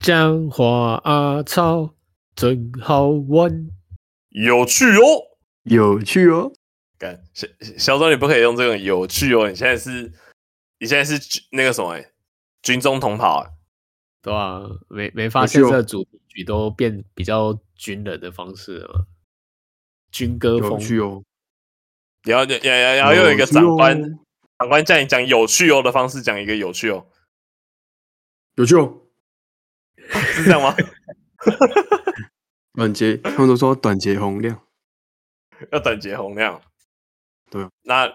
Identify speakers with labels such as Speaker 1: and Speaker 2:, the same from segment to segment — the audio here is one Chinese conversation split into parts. Speaker 1: 讲话啊操，真好玩。
Speaker 2: 有趣哦。
Speaker 3: 有趣哦。
Speaker 2: 干小小周，你不可以用这种有趣哦！你现在是，你现在是军那个什么、欸，军中同袍、啊，
Speaker 1: 对啊，没没发现
Speaker 3: 有
Speaker 1: 这个
Speaker 3: 趣哦
Speaker 1: 主题曲都变比较军人的方式了吗？军歌
Speaker 3: 有
Speaker 1: 风，
Speaker 3: 趣哦，
Speaker 2: 你要要要要用一个
Speaker 3: 有趣哦
Speaker 2: 长官，长官叫你讲有趣哦的方式讲一个有趣哦，
Speaker 3: 有趣哦。
Speaker 2: 是这样吗？
Speaker 3: 短节，他们都说短节洪亮，
Speaker 2: 要等级洪亮。
Speaker 3: 对啊
Speaker 2: 那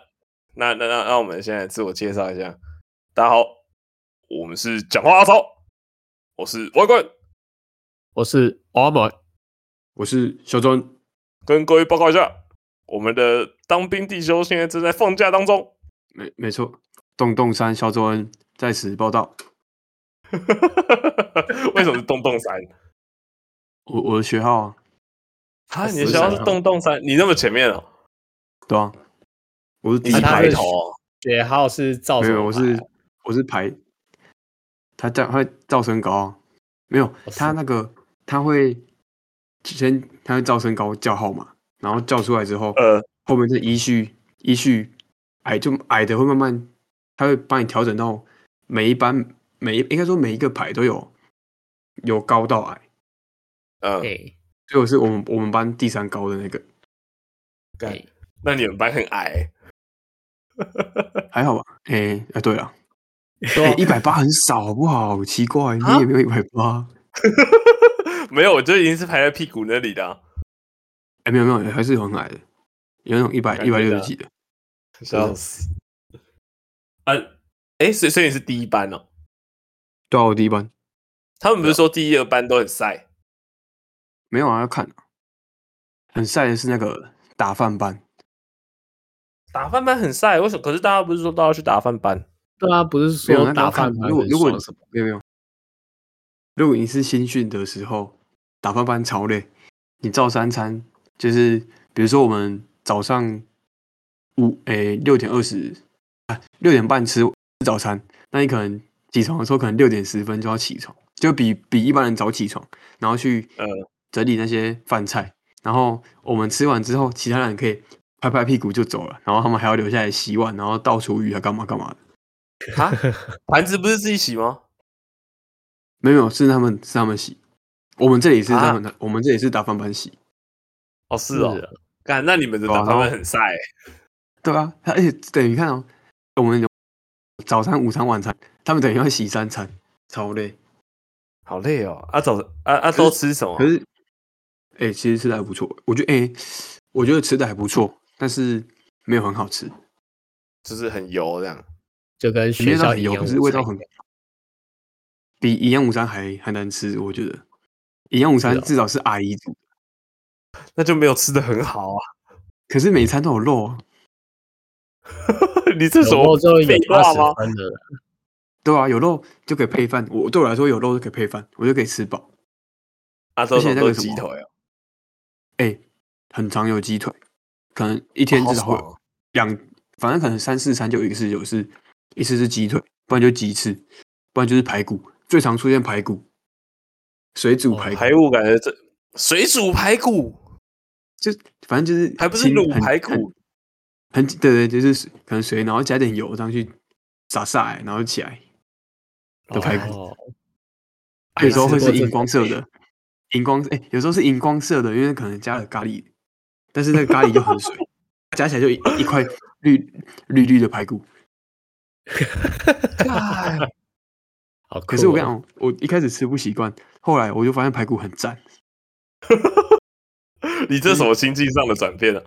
Speaker 2: 那那那那我们现在自我介绍一下，大家好，我们是讲话阿超，我是外棍，
Speaker 1: 我是阿满，
Speaker 3: 我是小庄，
Speaker 2: 跟各位报告一下，我们的当兵弟兄现在正在放假当中。
Speaker 3: 没没错，洞洞山肖周恩在此报道。
Speaker 2: 为什么是洞洞山？
Speaker 3: 我我的学号啊，
Speaker 2: 啊，
Speaker 1: 十
Speaker 2: 你的学校
Speaker 1: 三
Speaker 2: 是
Speaker 1: 号
Speaker 2: 洞洞山，你那么前面哦，
Speaker 3: 对啊，我是第一
Speaker 1: 啊他
Speaker 3: 排
Speaker 1: 是
Speaker 2: 排头哦，
Speaker 1: 学号是赵
Speaker 3: 没
Speaker 1: 什么
Speaker 3: 有，我
Speaker 1: 牌
Speaker 3: 是
Speaker 1: 啊
Speaker 3: 我是排，他叫他会噪声高啊，没有
Speaker 1: 是
Speaker 3: 他那个他会先他会噪声高叫号码，然后叫出来之后，
Speaker 2: 呃，
Speaker 3: 后面是依序依序矮就矮的会慢慢，他会帮你调整到每一班每一应该说每一个排都有由高到矮，呃
Speaker 2: 嗯，
Speaker 1: 哎
Speaker 3: 所以我是我们我们班第三高的那个，
Speaker 2: 干
Speaker 1: 哎
Speaker 2: 那你们班很矮 欸、
Speaker 3: 还好吧？哎、啊对了，
Speaker 1: 对 啊
Speaker 3: 一百八很少好不好？奇怪，你
Speaker 2: 哦啊
Speaker 3: 也没有一百八。
Speaker 2: 没有，我就已经是排在屁股那里的啊、
Speaker 3: 哎、没有没有，还是很矮的，有那种一百
Speaker 2: 感
Speaker 3: 一
Speaker 2: 觉
Speaker 3: 百六
Speaker 2: 的
Speaker 3: 十几的，
Speaker 2: 笑死。啊，哎、所以所以你是第一班哦。
Speaker 3: 对啊，我第一班
Speaker 2: 他们不是说第一、二班都很晒？
Speaker 3: 没有啊，要看、啊，很晒的是那个打饭班，
Speaker 2: 打饭班很晒，为什么？可是大家不是说都要去打饭班？
Speaker 1: 对啊，不是
Speaker 3: 没有
Speaker 1: 说
Speaker 3: 那个
Speaker 1: 打
Speaker 3: 要看
Speaker 1: 饭牌
Speaker 3: 如果
Speaker 1: 很
Speaker 3: 如果
Speaker 1: 爽什么？
Speaker 3: 没有没有，如果你是新训的时候打饭班超累，你照三餐就是比如说我们早上五哎六点二十啊六点半吃吃早餐，那你可能起床的时候可能六点十分就要起床，就比比一般人早起床，然后去
Speaker 1: 呃
Speaker 2: 嗯
Speaker 3: 整理那些饭菜，然后我们吃完之后，其他人可以拍拍屁股就走了，然后他们还要留下来洗碗，然后倒厨余啊干嘛干嘛的。
Speaker 2: 啊，盘子不是自己洗吗？
Speaker 3: 没有没有，是他们是他们洗，我们这里是
Speaker 2: 啊
Speaker 3: 他们的，我们这里是打饭班洗。
Speaker 2: 哦，是哦
Speaker 1: 是啊。
Speaker 2: 干，那你们的打
Speaker 3: 对啊
Speaker 2: 饭
Speaker 3: 然后
Speaker 2: 班很晒欸、
Speaker 3: 对啊，他而且等于看哦，我们有早餐、午餐、晚餐，他们等于要洗三餐，超累。
Speaker 2: 好累哦。啊早啊啊都吃什么
Speaker 3: 可？是，哎、其实吃的还不错，我觉得，哎、我觉得吃的还不错，但是没有很好吃，
Speaker 2: 就是很油这样。
Speaker 1: 就跟
Speaker 3: 里
Speaker 1: 学
Speaker 3: 面道
Speaker 1: 校
Speaker 3: 很
Speaker 1: 一
Speaker 3: 油，
Speaker 1: 样，
Speaker 3: 可是味道很比营养午餐还还难吃，我觉得。营养午餐
Speaker 1: 哦
Speaker 3: 至少是阿姨煮，
Speaker 2: 那就没有吃的很好啊。
Speaker 3: 可是每餐都有肉啊，
Speaker 2: 你这什
Speaker 1: 有
Speaker 2: 么
Speaker 1: 肉就有
Speaker 2: 废
Speaker 1: 八
Speaker 2: 话
Speaker 1: 十
Speaker 2: 吗？
Speaker 1: 分的了，
Speaker 3: 对啊，有肉就可以配饭。我对我来说，有肉就可以配饭，我就可以吃饱。
Speaker 2: 啊，都
Speaker 3: 而且
Speaker 2: 是
Speaker 3: 那
Speaker 2: 都
Speaker 3: 个
Speaker 2: 是
Speaker 3: 什
Speaker 2: 鸡
Speaker 3: 么
Speaker 2: 腿哦，
Speaker 3: 很常有鸡腿，可能一天
Speaker 2: 好
Speaker 3: 至少会
Speaker 2: 爽哦
Speaker 3: 两，反正可能三四餐就有一次有是，一次是鸡腿，不然就鸡翅，不然就是排骨，最常出现排骨，水煮
Speaker 1: 哦
Speaker 3: 排骨，
Speaker 2: 排骨感觉这水煮排骨
Speaker 3: 就反正就是
Speaker 2: 还不是
Speaker 3: 清
Speaker 2: 卤
Speaker 3: 很
Speaker 2: 排
Speaker 3: 很
Speaker 2: 骨，
Speaker 3: 很对对，就是水可能水，然后加点油这样去撒撒，然后起来，的排骨
Speaker 1: 哦
Speaker 2: 哎
Speaker 3: 有时候会
Speaker 1: 吃
Speaker 3: 是
Speaker 1: 过这
Speaker 3: 荧
Speaker 1: 个
Speaker 3: 光色的，荧光哎、有时候是荧光色的，因为可能加了咖喱，但是那个咖喱就很水， 加起来就一一块绿绿绿的排骨。
Speaker 2: 干
Speaker 1: 好酷哦。
Speaker 3: 可是我跟你讲，我一开始吃不习惯，后来我就发现排骨很赞，
Speaker 2: 你这什么心境上的转变啊？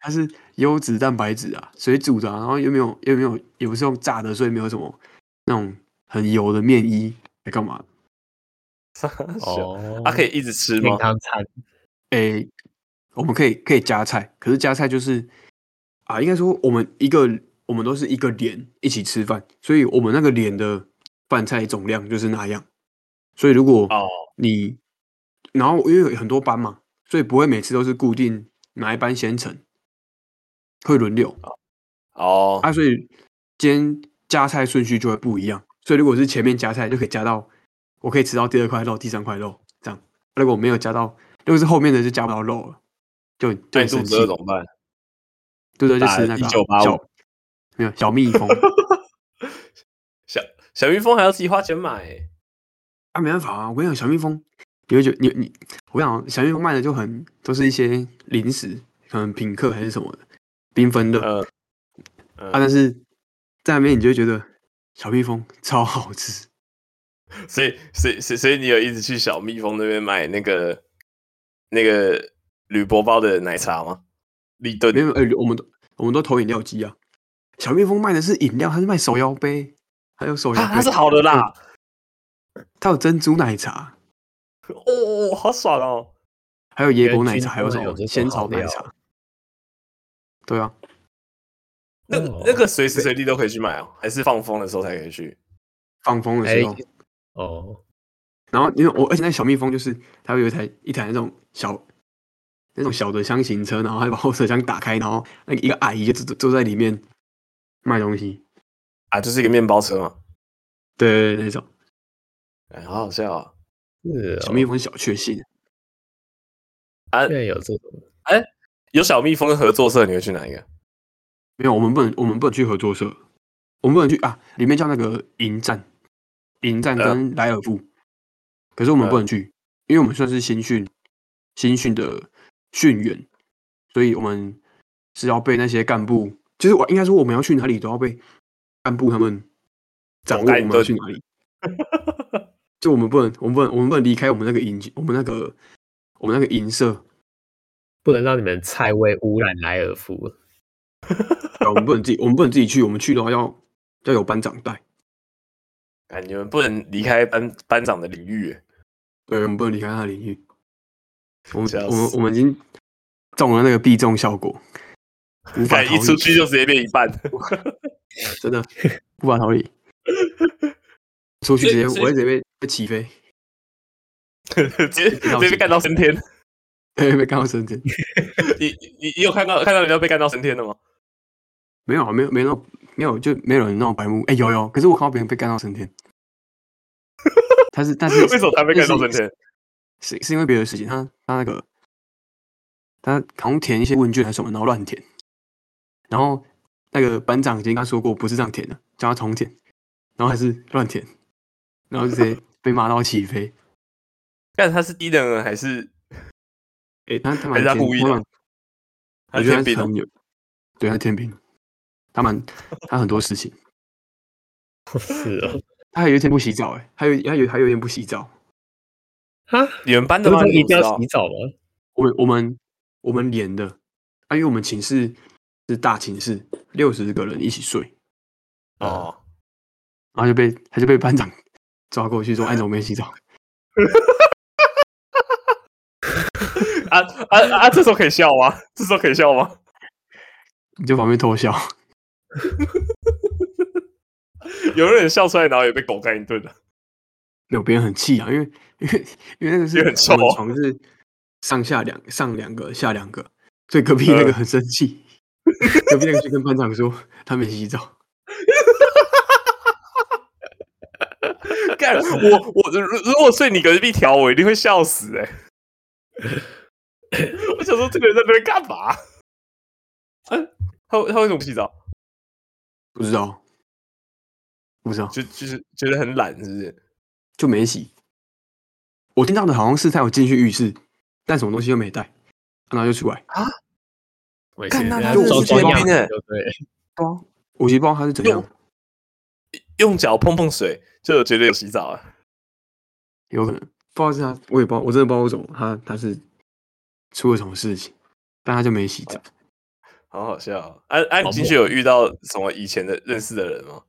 Speaker 3: 它是优质蛋白质啊，水煮的啊、然后又没有又没有也不是用炸的，所以没有什么那种很油的面衣来干嘛？
Speaker 2: 哦，
Speaker 1: 哦，
Speaker 3: 啊
Speaker 2: 它可以一直吃吗
Speaker 1: 健？康餐
Speaker 3: 诶、我们可以可以加菜，可是加菜就是啊，应该说我们一个我们都是一个连一起吃饭，所以我们那个连的饭菜总量就是那样。所以如果
Speaker 2: 哦，
Speaker 3: 你，然后因为有很多班嘛，所以不会每次都是固定哪一班先成，会轮流
Speaker 2: 哦，
Speaker 3: 啊，所以今天加菜顺序就会不一样。所以如果是前面加菜，就可以加到我可以吃到第二块肉、第三块肉这样。如果我没有加到，如果是后面的就加不到肉了，就就
Speaker 2: 那
Speaker 3: 很
Speaker 2: 你肚
Speaker 3: 生
Speaker 2: 子
Speaker 3: 气
Speaker 2: 饿，怎么办？
Speaker 3: 对对，就
Speaker 2: 打
Speaker 3: 吃那个啊
Speaker 2: 1985
Speaker 3: 小，没有小蜜蜂
Speaker 2: 小小蜜蜂还要自己花钱买、
Speaker 3: 啊，没办法啊，我跟你讲，小蜜蜂，你会觉得你你，我跟你讲，小蜜蜂卖的就很都是一些零食，可能品客还是什么的，缤纷的，
Speaker 2: 呃，
Speaker 3: 啊，但是在那边你就会觉得小蜜蜂超好吃，
Speaker 2: 所以所以所以所以你有一直去小蜜蜂那边买那个那个铝箔包的奶茶吗？立顿
Speaker 3: 没有，哎、我们都我们都投饮料机啊。小蜜蜂卖的是饮料，它是卖手摇杯，还有手摇
Speaker 2: 啊，
Speaker 3: 杯，
Speaker 2: 它是好的啦，
Speaker 3: 它有珍珠奶茶，
Speaker 2: 哦，好爽哦！
Speaker 3: 还有椰果奶
Speaker 1: 原
Speaker 3: 茶，
Speaker 1: 来
Speaker 3: 还有什
Speaker 1: 居然有
Speaker 3: 么
Speaker 1: 这种
Speaker 3: 仙草
Speaker 1: 好
Speaker 3: 奶
Speaker 1: 料
Speaker 3: 茶。对啊，
Speaker 2: 那
Speaker 1: 哦
Speaker 2: 那个随时随地都可以去买哦，还是放风的时候才可以去？
Speaker 3: 放风的
Speaker 1: 哎
Speaker 3: 时候，
Speaker 1: 哦，
Speaker 3: 然后因为我而且那小蜜蜂就是它会有一台一台那种小那种小的箱型车，然后还把后车厢打开，然后那个一个阿姨就坐坐在里面卖东西，
Speaker 2: 啊，就是一个面包车嘛，
Speaker 3: 对对对，那种
Speaker 2: 哎，好好笑啊！
Speaker 1: 是
Speaker 3: 小
Speaker 1: 哦
Speaker 3: 蜜蜂小确幸。
Speaker 2: 啊
Speaker 1: 居，然有这种
Speaker 2: 有小蜜蜂跟合作社，你会去哪一个？
Speaker 3: 没有，我们不能，我们不能去合作社，我们不能去啊。里面叫那个营站，营站
Speaker 2: 呃
Speaker 3: 跟莱尔富，可是我们不能去，因为我们算是新训，新训的训员，所以我们是要被那些干部，就是我应该说我们要去哪里都要被干部他们掌握
Speaker 2: 该
Speaker 3: 我
Speaker 2: 你
Speaker 3: 们
Speaker 2: 都
Speaker 3: 要去哪里。就我们不能，我们不能，我们不能离开我们那个营，我们那个我们那个营舍，
Speaker 1: 不能让你们菜味污染莱尔夫。
Speaker 3: 对啊我们不能自己，我们不能自己去，我们去的话要要有班长带。
Speaker 2: 啊，你们不能离开班班长的领域耶，
Speaker 3: 对，我们不能离开他的领域。我们
Speaker 2: 笑
Speaker 3: 我们
Speaker 2: 死
Speaker 3: 我们已经中了那个避重效果，
Speaker 2: 看
Speaker 3: 无法逃
Speaker 2: 哎一出
Speaker 3: 离，
Speaker 2: 去就直接变一半。
Speaker 3: 真的无法逃离。出去
Speaker 2: 所以
Speaker 3: 直接，
Speaker 2: 所以
Speaker 3: 我会直接被起飞，
Speaker 2: 直接直接被干到升天。
Speaker 3: 对，被干到升天。
Speaker 2: 你你你有看到看到人家被干到升天的吗？
Speaker 3: 没有啊，没有，没有那种，没有，就没有人那种白目。哎、有有，可是我看到别人被干到升天， 他是，但是
Speaker 2: 为什么他被干到升天？
Speaker 3: 是是因为别的事情，他他那个他好像填一些问卷还是什么，然后乱填，然后那个班长已经跟他说过不是这样填的，叫他重填，然后还是乱填，然后就直接被骂到起飞。
Speaker 2: 但他是低能儿还是
Speaker 3: 诶，他他
Speaker 2: 还
Speaker 3: 蛮
Speaker 2: 是他
Speaker 3: 天
Speaker 2: 故意的
Speaker 3: 蛮
Speaker 2: 还
Speaker 3: 我
Speaker 2: 是
Speaker 3: 觉
Speaker 2: 天
Speaker 3: 得他
Speaker 2: 兵
Speaker 3: 是
Speaker 2: 哦？
Speaker 3: 很有，对他是天兵，他蛮他很多事情，
Speaker 1: 是哦，
Speaker 3: 他还有一天不洗澡、诶，还有还有还有一天不洗澡。
Speaker 1: 啊，
Speaker 2: 你们班的
Speaker 1: 不
Speaker 2: 吗？
Speaker 1: 是
Speaker 2: 你
Speaker 1: 一
Speaker 2: 怎
Speaker 1: 定
Speaker 2: 么
Speaker 1: 要
Speaker 2: 知道
Speaker 1: 洗澡吗？
Speaker 3: 我们我们我们连的，啊，因为我们寝室是大寝室，六十个人一起睡。
Speaker 2: 哦，
Speaker 3: 然后就被他就被班长 抓过去说：“哎，怎么没洗澡
Speaker 2: 啊啊啊！这时候可以笑吗？这时候可以笑吗？？”
Speaker 3: 你就旁边偷笑，
Speaker 2: 有人笑出来，然后也被狗干一顿了。啊
Speaker 3: 没有别人很气啊，因为因为因为那个是
Speaker 2: 也很臭
Speaker 3: 我们
Speaker 2: 哦
Speaker 3: 床是上下两上两个下两个，所以隔壁那个
Speaker 2: 呃
Speaker 3: 很生气，隔壁那个就跟班长说他没洗澡，
Speaker 2: 干我我如如果睡你隔壁条，我一定会笑死 哎、我想说这个人在那边干嘛？哎、他他为什么不洗澡？
Speaker 3: 不知道不知道
Speaker 2: 就就是觉得很懒，是不是？
Speaker 3: 就没洗。我听到的好像是他有进去浴室，但什么东西都没带，然后就出来。
Speaker 1: 我也
Speaker 2: 干那
Speaker 1: 人家
Speaker 2: 他
Speaker 3: 真的
Speaker 1: 装
Speaker 3: 是
Speaker 1: 装
Speaker 3: 天
Speaker 1: 样
Speaker 2: 兵
Speaker 1: 子
Speaker 2: 欸
Speaker 1: 就对了，
Speaker 3: 对啊，我其实不知道他是怎样
Speaker 2: 有，用脚碰碰水，就有觉得有洗澡啊。
Speaker 3: 有可能不知道是他，我也不知道，我真的不知道为什么他他是出了什么事情，但他就没洗澡。
Speaker 2: 好好笑哦、哎、哎，你
Speaker 1: 好
Speaker 2: 进去有遇到什么以前的认识的人吗？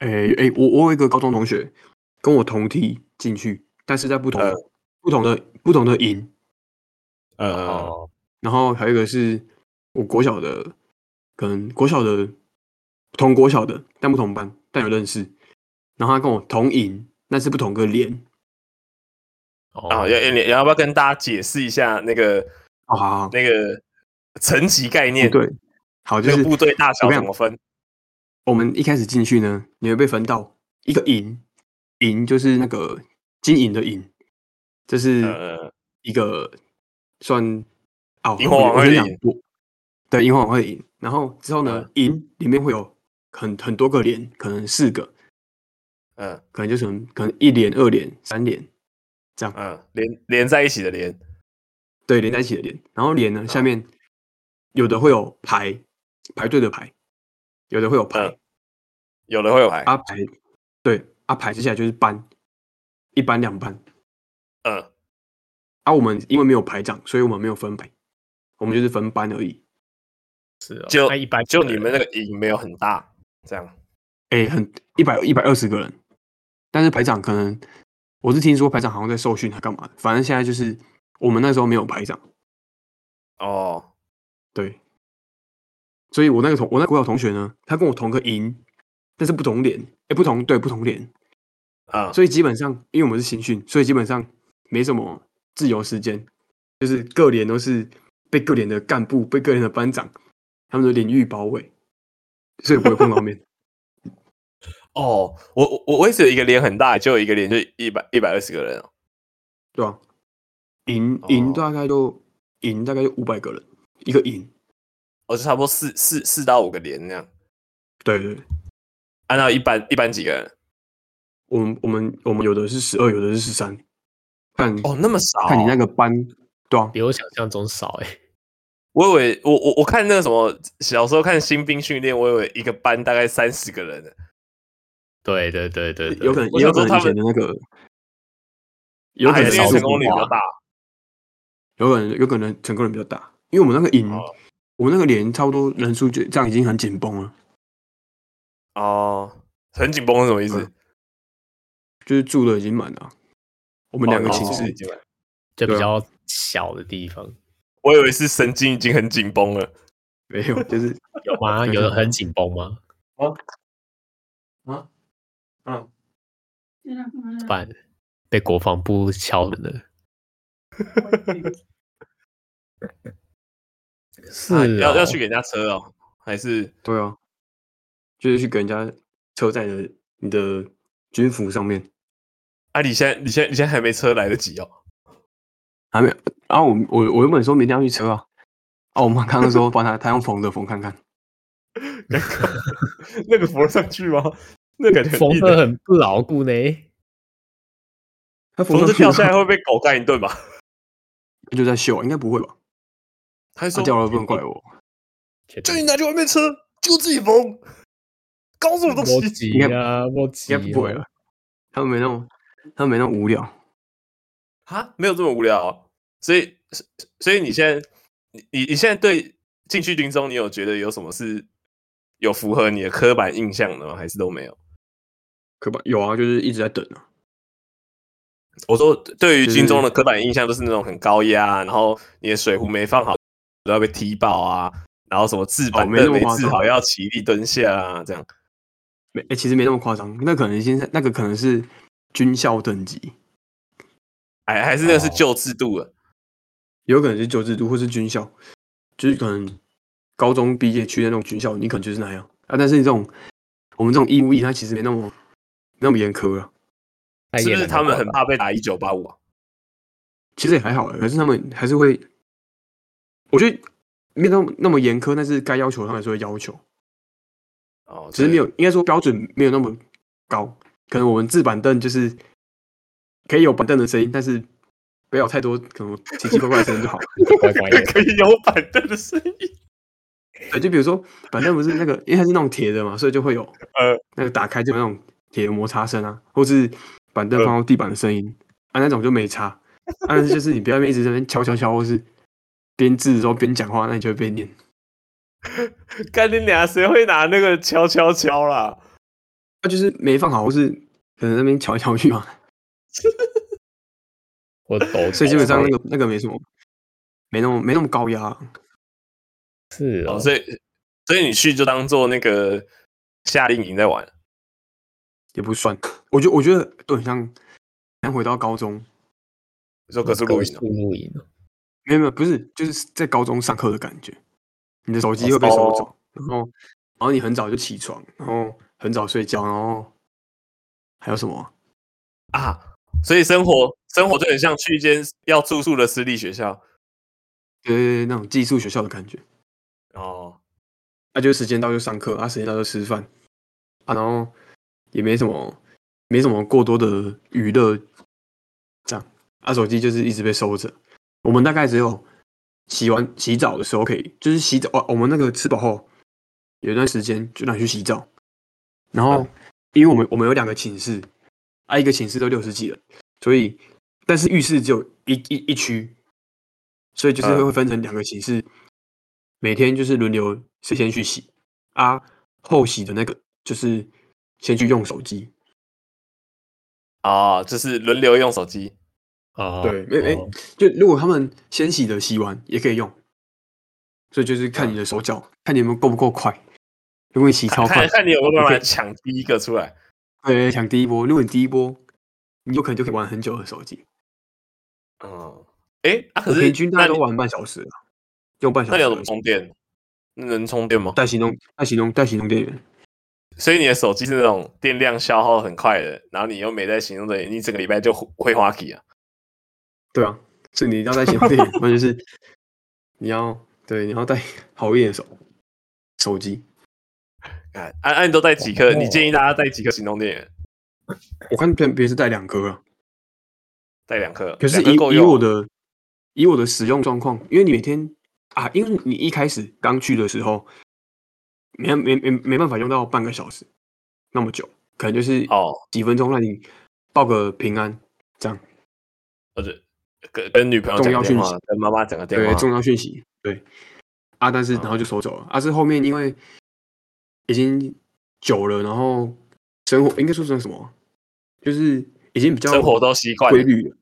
Speaker 3: 诶诶，我我有一个高中同学跟我同梯进去，但是在不同的、
Speaker 2: 呃
Speaker 3: 不同的不同的营，
Speaker 2: 呃，
Speaker 1: 哦，
Speaker 3: 然后还有一个是我国小的，可能国小的同国小的，但不同班，但有认识。然后他跟我同营，但是不同个连。
Speaker 1: 哦
Speaker 2: 啊，要要你要不要跟大家解释一下那个
Speaker 3: 哦，好好好，
Speaker 2: 那个层级概念？，
Speaker 3: 对，好，就
Speaker 2: 那
Speaker 3: 是
Speaker 2: 个部队大小
Speaker 3: 我跟你
Speaker 2: 怎
Speaker 3: 讲
Speaker 2: 么分？
Speaker 3: 我们一开始进去呢，你会被分到一个营，银就是那个金银的银，这是
Speaker 2: 呃，
Speaker 3: 一个算啊，
Speaker 2: 萤火晚会的嗯
Speaker 3: 两
Speaker 2: 萤
Speaker 3: 过，对，萤火晚会的萤。然后之后呢，银里面会有很很多个连，可能四个，
Speaker 2: 嗯
Speaker 3: 可能就成可能一连、二连、三连，
Speaker 2: 嗯，连连在一起的连，
Speaker 3: 对，连在一起的连。然后连呢，
Speaker 2: 嗯
Speaker 3: 下面有的会有排排队的排，有的会有排，
Speaker 2: 嗯有的会有牌，
Speaker 3: 啊排，对，啊排接下来就是班，一班两班。
Speaker 2: 嗯
Speaker 3: 啊，我们因为没有排长，所以我们没有分排，我们就是分班而已。
Speaker 1: 是哦，
Speaker 2: 就
Speaker 1: 那一般
Speaker 2: 就你们那个赢没有很大，这样，
Speaker 3: 哎、很一百一百二十个人，但是排长可能我是听说排长好像在受训还干嘛的，反正现在就是我们那时候没有排长，
Speaker 2: 哦，
Speaker 3: 对。所以我那个同我那国小同学呢，他跟我同个营，但是不同连，哎、不同对不同连，
Speaker 2: 嗯，
Speaker 3: 所以基本上因为我们是新训，所以基本上没什么自由时间，就是各连都是被各连的干部、被各连的班长他们的领域包围，所以不会碰到面。
Speaker 2: 哦，我我我我一直有一个连很大，就有一个连就一百一百二十个人哦，
Speaker 3: 对吧、营营
Speaker 2: 哦
Speaker 3: 大概就营大概就五百个人一个营，
Speaker 2: 哦，就差不多四四四到五个连那样，
Speaker 3: 对对，对
Speaker 2: 按照一般一般几个人，
Speaker 3: 我们我们我们有的是十二，有的是十三，看、
Speaker 2: 哦，那么少哦，
Speaker 3: 看你那个班，对啊，
Speaker 1: 比我想象中少哎、
Speaker 2: 我以为我我我看那个什么，小时候看新兵训练，我以为一个班大概三十个人呢，
Speaker 1: 对对对对对
Speaker 3: 有可能
Speaker 2: 我
Speaker 3: 也有
Speaker 2: 想
Speaker 3: 可
Speaker 2: 说他
Speaker 3: 能以前
Speaker 2: 们
Speaker 3: 的那个，有
Speaker 2: 啊
Speaker 3: 可
Speaker 2: 还
Speaker 3: 能
Speaker 2: 是
Speaker 1: 少
Speaker 2: 因为
Speaker 1: 数
Speaker 2: 成功率
Speaker 1: 文化
Speaker 2: 比较大。
Speaker 3: 有可能有可能成功人比较大，因为我们那个营，
Speaker 2: 哦
Speaker 3: 我们那个连差不多人数就这样已经很紧绷了，
Speaker 2: 哦，很紧绷是什么意思？哦
Speaker 3: 嗯就是住的已经满了啊，我们两个
Speaker 2: 哦
Speaker 3: 寝
Speaker 2: 哦
Speaker 3: 室，
Speaker 1: 就比
Speaker 3: 对啊
Speaker 1: 较小的地方
Speaker 2: 我以为是神经已经很紧绷了。
Speaker 3: 没有，就是
Speaker 1: 有吗？
Speaker 3: 对
Speaker 1: 有很紧绷吗？
Speaker 3: 嗯，
Speaker 1: 怎么办被国防部敲门了。
Speaker 2: 啊
Speaker 1: 是、
Speaker 2: 啊
Speaker 1: 哦
Speaker 2: 要要去给人家车哦，还是
Speaker 3: 对啊，就是去给人家车在你的你的军服上面。
Speaker 2: 啊？你现在你现在你现在还没车来得及哦。
Speaker 3: 还啊没有。然后我我我原本说明天要去车啊，啊，我妈刚刚说帮她她用缝的缝 看看，
Speaker 2: 尴尬那个缝得上去吗？ 那感觉很
Speaker 1: 缝
Speaker 2: 硬
Speaker 1: 的
Speaker 2: 欸
Speaker 1: 很不牢固 呢。
Speaker 3: 她
Speaker 2: 缝
Speaker 3: 的
Speaker 2: 子掉下来会被狗干一顿吧？
Speaker 3: 就在秀啊，应该不会吧？
Speaker 2: 他
Speaker 3: 她
Speaker 2: 说
Speaker 3: 啊掉了不能 怪我，
Speaker 2: 就你拿去外面车，就自己缝，搞什么东
Speaker 1: 莫
Speaker 2: 西？
Speaker 1: 急啊，莫急、
Speaker 3: 应
Speaker 1: 啊，
Speaker 3: 该
Speaker 2: 哦
Speaker 3: 不会了。他们没那么他们没那么无聊，
Speaker 2: 啊，没有这么无聊、啊。所以，所所以你现在，你你你现在对进去军中，你有觉得有什么是有符合你的刻板印象的吗？还是都没有？
Speaker 3: 可吧？有啊，就是一直在等啊。
Speaker 2: 我说，对于
Speaker 3: 就是
Speaker 2: 军中的刻板印象都是那种很高压啊，然后你的水壶没放好都要被踢爆啊，然后什么制板
Speaker 3: 哦没那
Speaker 2: 凳
Speaker 3: 么
Speaker 2: 没
Speaker 3: 夸
Speaker 2: 治
Speaker 3: 张
Speaker 2: 好要起立蹲下啊，这样。
Speaker 3: 没、诶其实没那么夸张，那可能现在那个可能是军校等级，
Speaker 2: 还还是那个是旧制度了。
Speaker 3: 有可能是旧制度或是军校，就是可能高中毕业去的那种军校，你可能就是那样啊。但是你这种我们这种义务役，它其实没那么没那么严苛啊了、
Speaker 1: 太
Speaker 2: 是
Speaker 1: 野
Speaker 2: 不是
Speaker 1: 蛮
Speaker 2: 他们
Speaker 1: 了
Speaker 2: 很
Speaker 1: 吧
Speaker 2: 怕被打一九八五啊？
Speaker 3: 其实也还好欸，可是他们还是会，我觉得没有那么那么严苛，但是该要求他们还是会要求，
Speaker 2: 哦，
Speaker 3: 只是
Speaker 2: 对
Speaker 3: 没有，应该说标准没有那么高。可能我们制板凳就是可以有板凳的声音，但是不要有太多可能奇奇怪怪的声音就好。
Speaker 1: 乖乖的
Speaker 2: 可以有板凳的声音。
Speaker 3: 对，就比如说板凳不是那个，因为它是那种铁的嘛，所以就会有
Speaker 2: 呃
Speaker 3: 那个打开就有那种铁的摩擦声啊，或是板凳
Speaker 2: 呃
Speaker 3: 放到地板的声音啊，那种就没差。啊，但是就是你不要一直在那边敲敲敲，或是边制的时候边讲话，那你就会被念。
Speaker 2: 干你俩，谁会拿那个敲敲敲啦？
Speaker 3: 他啊就是没放好，或是可能那边瞧来瞧去嘛，
Speaker 1: 我抖。
Speaker 3: 所以基本上那个那个没什么，没那么没那么高压。
Speaker 1: 是哦
Speaker 2: 哦，，所以所以你去就当做那个夏令营在玩。
Speaker 3: 也不算。我觉得我觉得都很像，像回到高中，
Speaker 2: 你
Speaker 1: 嗯
Speaker 2: 说可是露营哦、
Speaker 1: 宿露营哦，
Speaker 3: 没有没有，不是，就是在高中上课的感觉。你的手机会被收走，然后然后你很早就起床，然后很早睡觉，然后还有什么啊
Speaker 2: 啊，所以生活生活就很像去一间要住宿的私立学校
Speaker 3: 对对对，那种寄宿学校的感觉。
Speaker 2: 哦。
Speaker 3: 啊，就是时间到就上课，啊，时间到就吃饭，啊，然后也没什么，没什么过多的娱乐，这样，啊，手机就是一直被收着。我们大概只有洗完洗澡的时候可以，就是洗澡，哦，我们那个吃饱后有一段时间就拿去洗澡，然后因为我们我们有两个寝室，啊，一个寝室都六十几人，所以但是浴室只有一一一区，所以就是会
Speaker 2: 嗯
Speaker 3: 会分成两个寝室，每天就是轮流谁先去洗啊，后洗的那个就是先去用手机，
Speaker 2: 哦，就是轮流用手机
Speaker 1: 哦，
Speaker 3: 对没没
Speaker 1: 哦
Speaker 3: 就如果他们先洗的洗完也可以用，所以就是看你的手脚，看你们够不够快。如果你洗超
Speaker 2: 看
Speaker 3: 快，
Speaker 2: 看你有没有办法
Speaker 3: OK
Speaker 2: 抢第一个出来。
Speaker 3: 对，抢第一波。如果你第一波，你有可能就可以玩很久的手机，
Speaker 2: 嗯，哎，啊，可
Speaker 3: 我
Speaker 2: 是
Speaker 3: 平均大
Speaker 2: 那
Speaker 3: 概都
Speaker 2: 你
Speaker 3: 玩半小时了，用半小
Speaker 2: 那你
Speaker 3: 时而已。
Speaker 2: 要怎么充电？那能充电吗？
Speaker 3: 带行动带行动带行动电源，
Speaker 2: 所以你的手机是那种电量消耗很快的，然后你又没在行动的，你整个礼拜就会花期啊。
Speaker 3: 对啊，所以你一定要带行动电源，不然就是你要对你要带好一点的手手机。
Speaker 2: 看，安、啊安、你都带几
Speaker 3: 哦
Speaker 2: 颗？你建议大家带几颗行动电源？
Speaker 3: 我看别人别人是带两颗啊，
Speaker 2: 带两颗，
Speaker 3: 可是
Speaker 2: 两颗
Speaker 3: 以
Speaker 2: 够
Speaker 3: 以
Speaker 2: 用
Speaker 3: 我的以我的使用状况，因为你每天啊，因为你一开始刚去的时候，没没没没办法用到半个小时那么久，可能就是
Speaker 2: 哦，
Speaker 3: 几分钟让你报个平安，这样
Speaker 2: 或者跟跟女朋友讲
Speaker 3: 重要
Speaker 2: 个电
Speaker 3: 讯
Speaker 2: 话，跟妈妈讲个电
Speaker 3: 对
Speaker 2: 话。嗯
Speaker 3: 重要讯息对啊，但是然后就收走了、啊，是后面因为已经久了，然后生活应该说成什么，就是已经比较
Speaker 2: 生活都习惯了
Speaker 3: 规律了，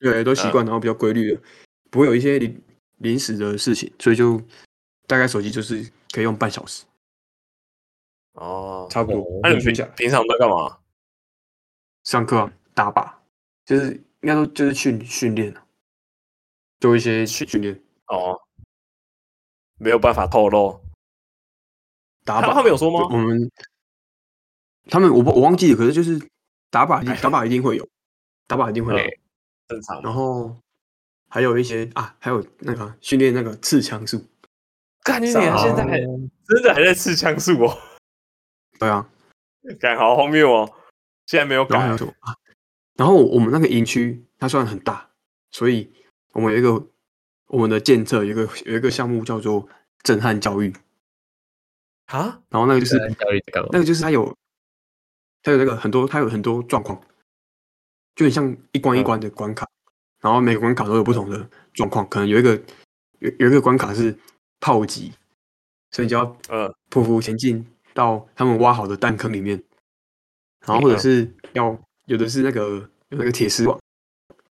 Speaker 3: 对，都习
Speaker 2: 嗯
Speaker 3: 惯，然后比较规律了，不会有一些临临时的事情，所以就大概手机就是可以用半小时，
Speaker 2: 哦。
Speaker 3: 差不多
Speaker 1: 哦。
Speaker 2: 那、
Speaker 3: 平
Speaker 2: 你
Speaker 3: 均
Speaker 2: 平
Speaker 3: 下来
Speaker 2: 平常都干嘛？
Speaker 3: 上课、啊、打靶，就是应该说就是训训练啊，做一些
Speaker 2: 训
Speaker 3: 训练
Speaker 2: 哦，没有办法透露。
Speaker 3: 打
Speaker 2: 他
Speaker 3: 靶。
Speaker 2: 他们有说
Speaker 3: 我
Speaker 2: 吗？
Speaker 3: 们他们我不我忘记了，可是就是打靶一定
Speaker 2: 哎
Speaker 3: 打靶一定会有，打靶一定会有
Speaker 2: 嗯。正常吗。
Speaker 3: 然后还有一些啊，还有那个训练那个刺枪术，
Speaker 2: 干你娘！
Speaker 3: 哦
Speaker 2: 现在还真的还在吃枪术哦，
Speaker 3: 对啊，
Speaker 2: 感好荒谬哦。现在没有
Speaker 3: 然后还
Speaker 2: 改
Speaker 3: 有什么啊？然后我们那个营区它虽然很大，所以我们有一个我们的建设有一个有一个项目叫做震撼教育，
Speaker 2: 啊？
Speaker 3: 然后那个就是
Speaker 1: 现在教育在干嘛
Speaker 3: 那？个就是它有，它有那个很多，它有很多状况，就很像一关一
Speaker 2: 嗯
Speaker 3: 关的关卡，然后每个关卡都有不同的状况，可能有一个有有一个关卡是炮击，所以你就要
Speaker 2: 嗯
Speaker 3: 匍匐前进到他们挖好的弹坑里面，然后或者
Speaker 2: 嗯
Speaker 3: 是要有的是那个有那个铁丝网，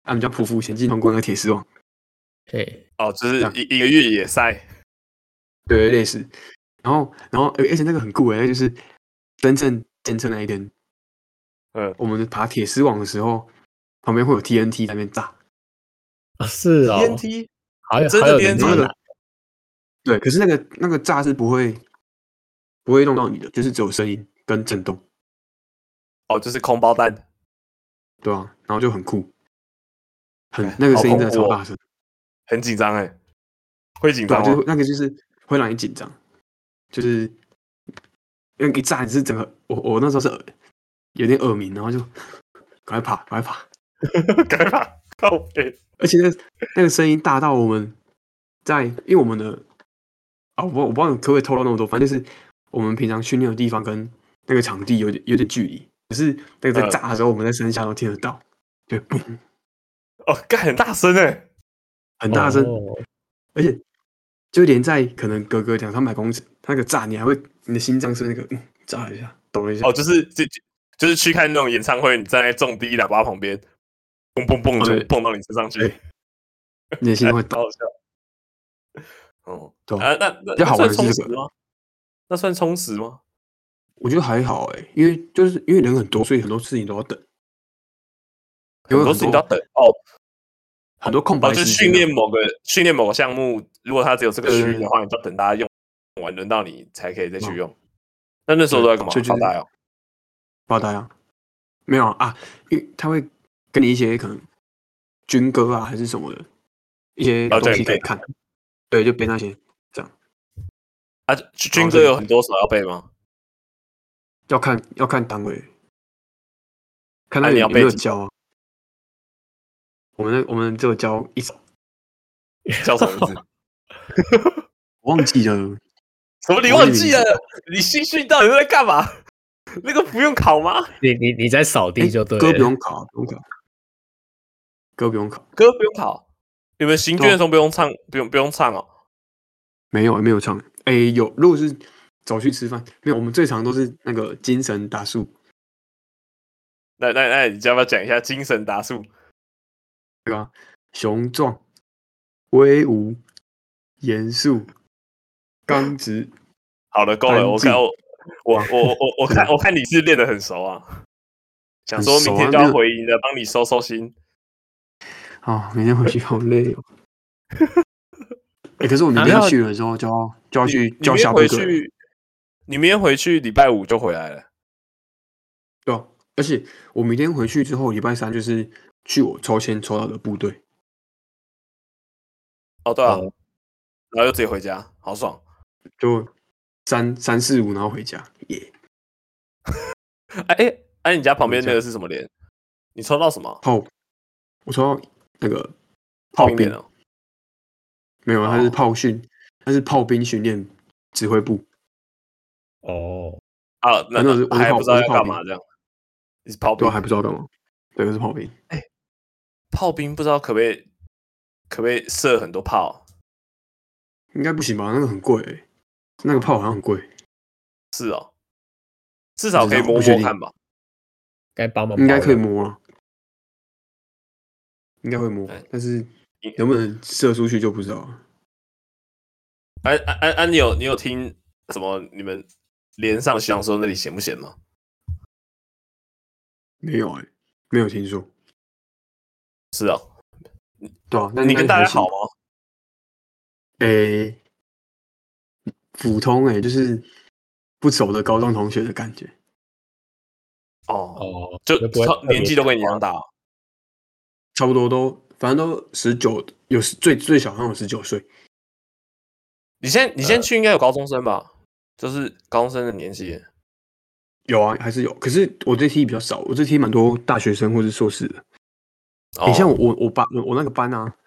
Speaker 3: 他们叫匍匐前进通过那个铁丝网，
Speaker 1: 嘿，
Speaker 2: 哦，就是
Speaker 3: 这样
Speaker 2: 一一个越野赛。
Speaker 3: 对，类似。然后，然后，而而且那个很酷诶，那就是真正检测那一天，
Speaker 2: 嗯
Speaker 3: 我们爬铁丝网的时候，旁边会有 TNT 在那边炸。
Speaker 1: 啊是哦，
Speaker 2: TNT
Speaker 1: 好有
Speaker 2: 真
Speaker 1: 好
Speaker 2: 的
Speaker 1: 有
Speaker 2: 边
Speaker 1: 人
Speaker 2: 走
Speaker 1: 拿
Speaker 3: 的对，可是那个那个炸是不会不会弄到你的，就是只有声音跟震动，
Speaker 2: 哦，就是空包弹。
Speaker 3: 对吧、然后就很酷，很
Speaker 2: 哎
Speaker 3: 那个
Speaker 2: 好
Speaker 3: 声音
Speaker 2: 恐
Speaker 3: 真的超
Speaker 2: 怖哦
Speaker 3: 大声，
Speaker 2: 很紧张哎，会紧
Speaker 3: 对、
Speaker 2: 张
Speaker 3: 啊，就
Speaker 2: 吗
Speaker 3: 是会？那个就是会让你紧张，就是因为一炸你是整个我我那时候是耳有点耳鸣，然后就赶快爬，赶快爬。
Speaker 2: 干嘛？靠背
Speaker 3: 而且那个那个声音大到我们在，因为我们的啊，我不我不知道可不可以透露那么多，反正就是我们平常训练的地方跟那个场地有点有点距离，可是那个在
Speaker 2: 嗯
Speaker 3: 炸的时候，我们在山下都听得到，就嘣
Speaker 2: 哦，干很大声哎，
Speaker 3: 很大声，
Speaker 1: 哦
Speaker 3: 而且就连在可能隔个两三百公尺，它那个炸你还会你的心脏是那个、嗯、炸了一下，抖了一下，
Speaker 2: 哦，就是就就就是去看那种演唱会，你站在重低喇叭旁边，蹦蹦蹦
Speaker 3: 对
Speaker 2: 就蹦到你身上去，
Speaker 3: 对你的心脏会
Speaker 2: 好
Speaker 3: 抖，
Speaker 2: 好笑。哦，
Speaker 3: 对吧
Speaker 2: 啊，那那
Speaker 3: 比
Speaker 2: 那
Speaker 3: 较好
Speaker 2: 算
Speaker 3: 玩的
Speaker 2: 充
Speaker 3: 是
Speaker 2: 实
Speaker 3: 这个
Speaker 2: 吗？那算充实吗？
Speaker 3: 我觉得还好哎、因为就是因为人很多，所以很多事情都要等，因为
Speaker 2: 很多
Speaker 3: 很
Speaker 2: 事情都要
Speaker 3: 多
Speaker 2: 等哦，
Speaker 3: 很多空
Speaker 2: 哦，
Speaker 3: 白
Speaker 2: 就是
Speaker 3: 时
Speaker 2: 训
Speaker 3: 间啊
Speaker 2: 练某个训练某个项目，如果它只有这个
Speaker 3: 对
Speaker 2: 区
Speaker 3: 对嗯
Speaker 2: 域的话，你就等大家用完，轮到你才可以再去用。那那时候
Speaker 3: 对
Speaker 2: 都在干嘛
Speaker 3: 所以？就是
Speaker 2: 发呆哦。
Speaker 3: 发呆啊？没有啊，因为他会给你一些可能军歌啊还是什么的一些
Speaker 2: 然后叫
Speaker 3: 东
Speaker 2: 你
Speaker 3: 西可以
Speaker 2: 背
Speaker 3: 看，对，就背那些
Speaker 2: 啊，军歌有很多首要背 吗？
Speaker 3: 要看要看单位，看
Speaker 2: 那
Speaker 3: 他
Speaker 2: 你
Speaker 3: 有
Speaker 2: 要
Speaker 3: 有没有
Speaker 2: 背几
Speaker 3: 教啊。我们那我们只有教一首，
Speaker 2: 叫什么 名字？
Speaker 3: 我忘记 了。
Speaker 2: 什么你忘记了？你新训到底在干嘛？ 那个不用考吗？
Speaker 1: 你你你在扫
Speaker 3: 哎
Speaker 1: 地就对了，
Speaker 3: 歌不用考，啊不用考，歌不用考，
Speaker 2: 歌不用考。你们行军的时候不用唱，不用不用唱哦。
Speaker 3: 没有没有唱。哎，有，如果是早去吃饭，没有，我们最常都是那个精神打数，
Speaker 2: 那那那你要不要讲一下精神达数？
Speaker 3: 对吧？雄壮、威武、严肃、刚 直，
Speaker 2: 好了，够了，我
Speaker 3: 安静
Speaker 2: 看我我我我我我看我看你是练得很熟啊，想说明天就要回营了，帮你收收心。
Speaker 3: 啊、明天回去好累哦。 哎、可是我明
Speaker 2: 然
Speaker 3: 天
Speaker 2: 后
Speaker 3: 去了之后就要就要去
Speaker 2: 你
Speaker 3: 就要
Speaker 2: 明天
Speaker 3: 下部
Speaker 2: 回
Speaker 3: 队了，
Speaker 2: 去，你明天回去礼拜五就回来了。
Speaker 3: 对啊、而且我明天回去之后，礼拜三就是去我抽签抽到的部队，
Speaker 2: 哦，对啊
Speaker 1: 哦，
Speaker 2: 然后就直接回家，好爽。
Speaker 3: 就三三四五，然后回家，耶、
Speaker 2: 哎哎哎，你家旁边那个是什么连？你抽到什么
Speaker 3: 炮，我抽到那个炮
Speaker 2: 兵
Speaker 3: 兵
Speaker 2: 连，哦？
Speaker 3: 没有，他是
Speaker 2: 哦
Speaker 3: 炮训，他是炮兵训练指挥部，
Speaker 1: 哦，
Speaker 2: 啊，那
Speaker 3: 反正我是我
Speaker 2: 那
Speaker 3: 是
Speaker 2: 还
Speaker 3: 炮
Speaker 2: 不知道
Speaker 3: 我是
Speaker 2: 要
Speaker 3: 炮
Speaker 2: 干
Speaker 3: 兵
Speaker 2: 嘛这样？你是炮
Speaker 3: 对
Speaker 2: 兵
Speaker 3: 啊，还不知道干嘛，对，是炮兵，
Speaker 2: 炮兵不知道可不可以可不可以射很多炮？
Speaker 3: 应该不行吧？那个很贵、欸，那个炮好像很贵，
Speaker 2: 是哦，至少可以
Speaker 3: 不知道
Speaker 2: 摸
Speaker 3: 不确
Speaker 2: 摸
Speaker 3: 定
Speaker 2: 看吧。
Speaker 1: 该帮忙
Speaker 3: 应该可以
Speaker 1: 保养
Speaker 3: 摸啊，应该会摸
Speaker 2: 对，
Speaker 3: 但是
Speaker 2: 你
Speaker 3: 能不能射出去就不知道了。
Speaker 2: 安安安哎啊安，你有你有听什么？你们连上香说那里闲不闲吗？
Speaker 3: 没有哎、没有听说，
Speaker 2: 是哦，
Speaker 3: 对啊，那
Speaker 2: 你
Speaker 3: 应该
Speaker 2: 跟大
Speaker 3: 还
Speaker 2: 家
Speaker 3: 行
Speaker 2: 好吗？？
Speaker 3: 哎、普通哎、就是不熟的高中同学的感觉。
Speaker 2: 哦，
Speaker 1: 哦，
Speaker 2: 就
Speaker 1: 就不会
Speaker 2: 超
Speaker 1: 特别
Speaker 2: 年纪都跟你一样大哦，
Speaker 3: 差不多都，反正都十九，有十最最小好像有十九岁，
Speaker 2: 你现在你
Speaker 3: 呃
Speaker 2: 现在去应该有高中生吧？就是高中生的年纪，
Speaker 3: 有啊，还是有。可是我这梯比较少，我这梯蛮多大学生或是硕士的。
Speaker 2: 哦
Speaker 3: 你、像我我我班我我那个班啊，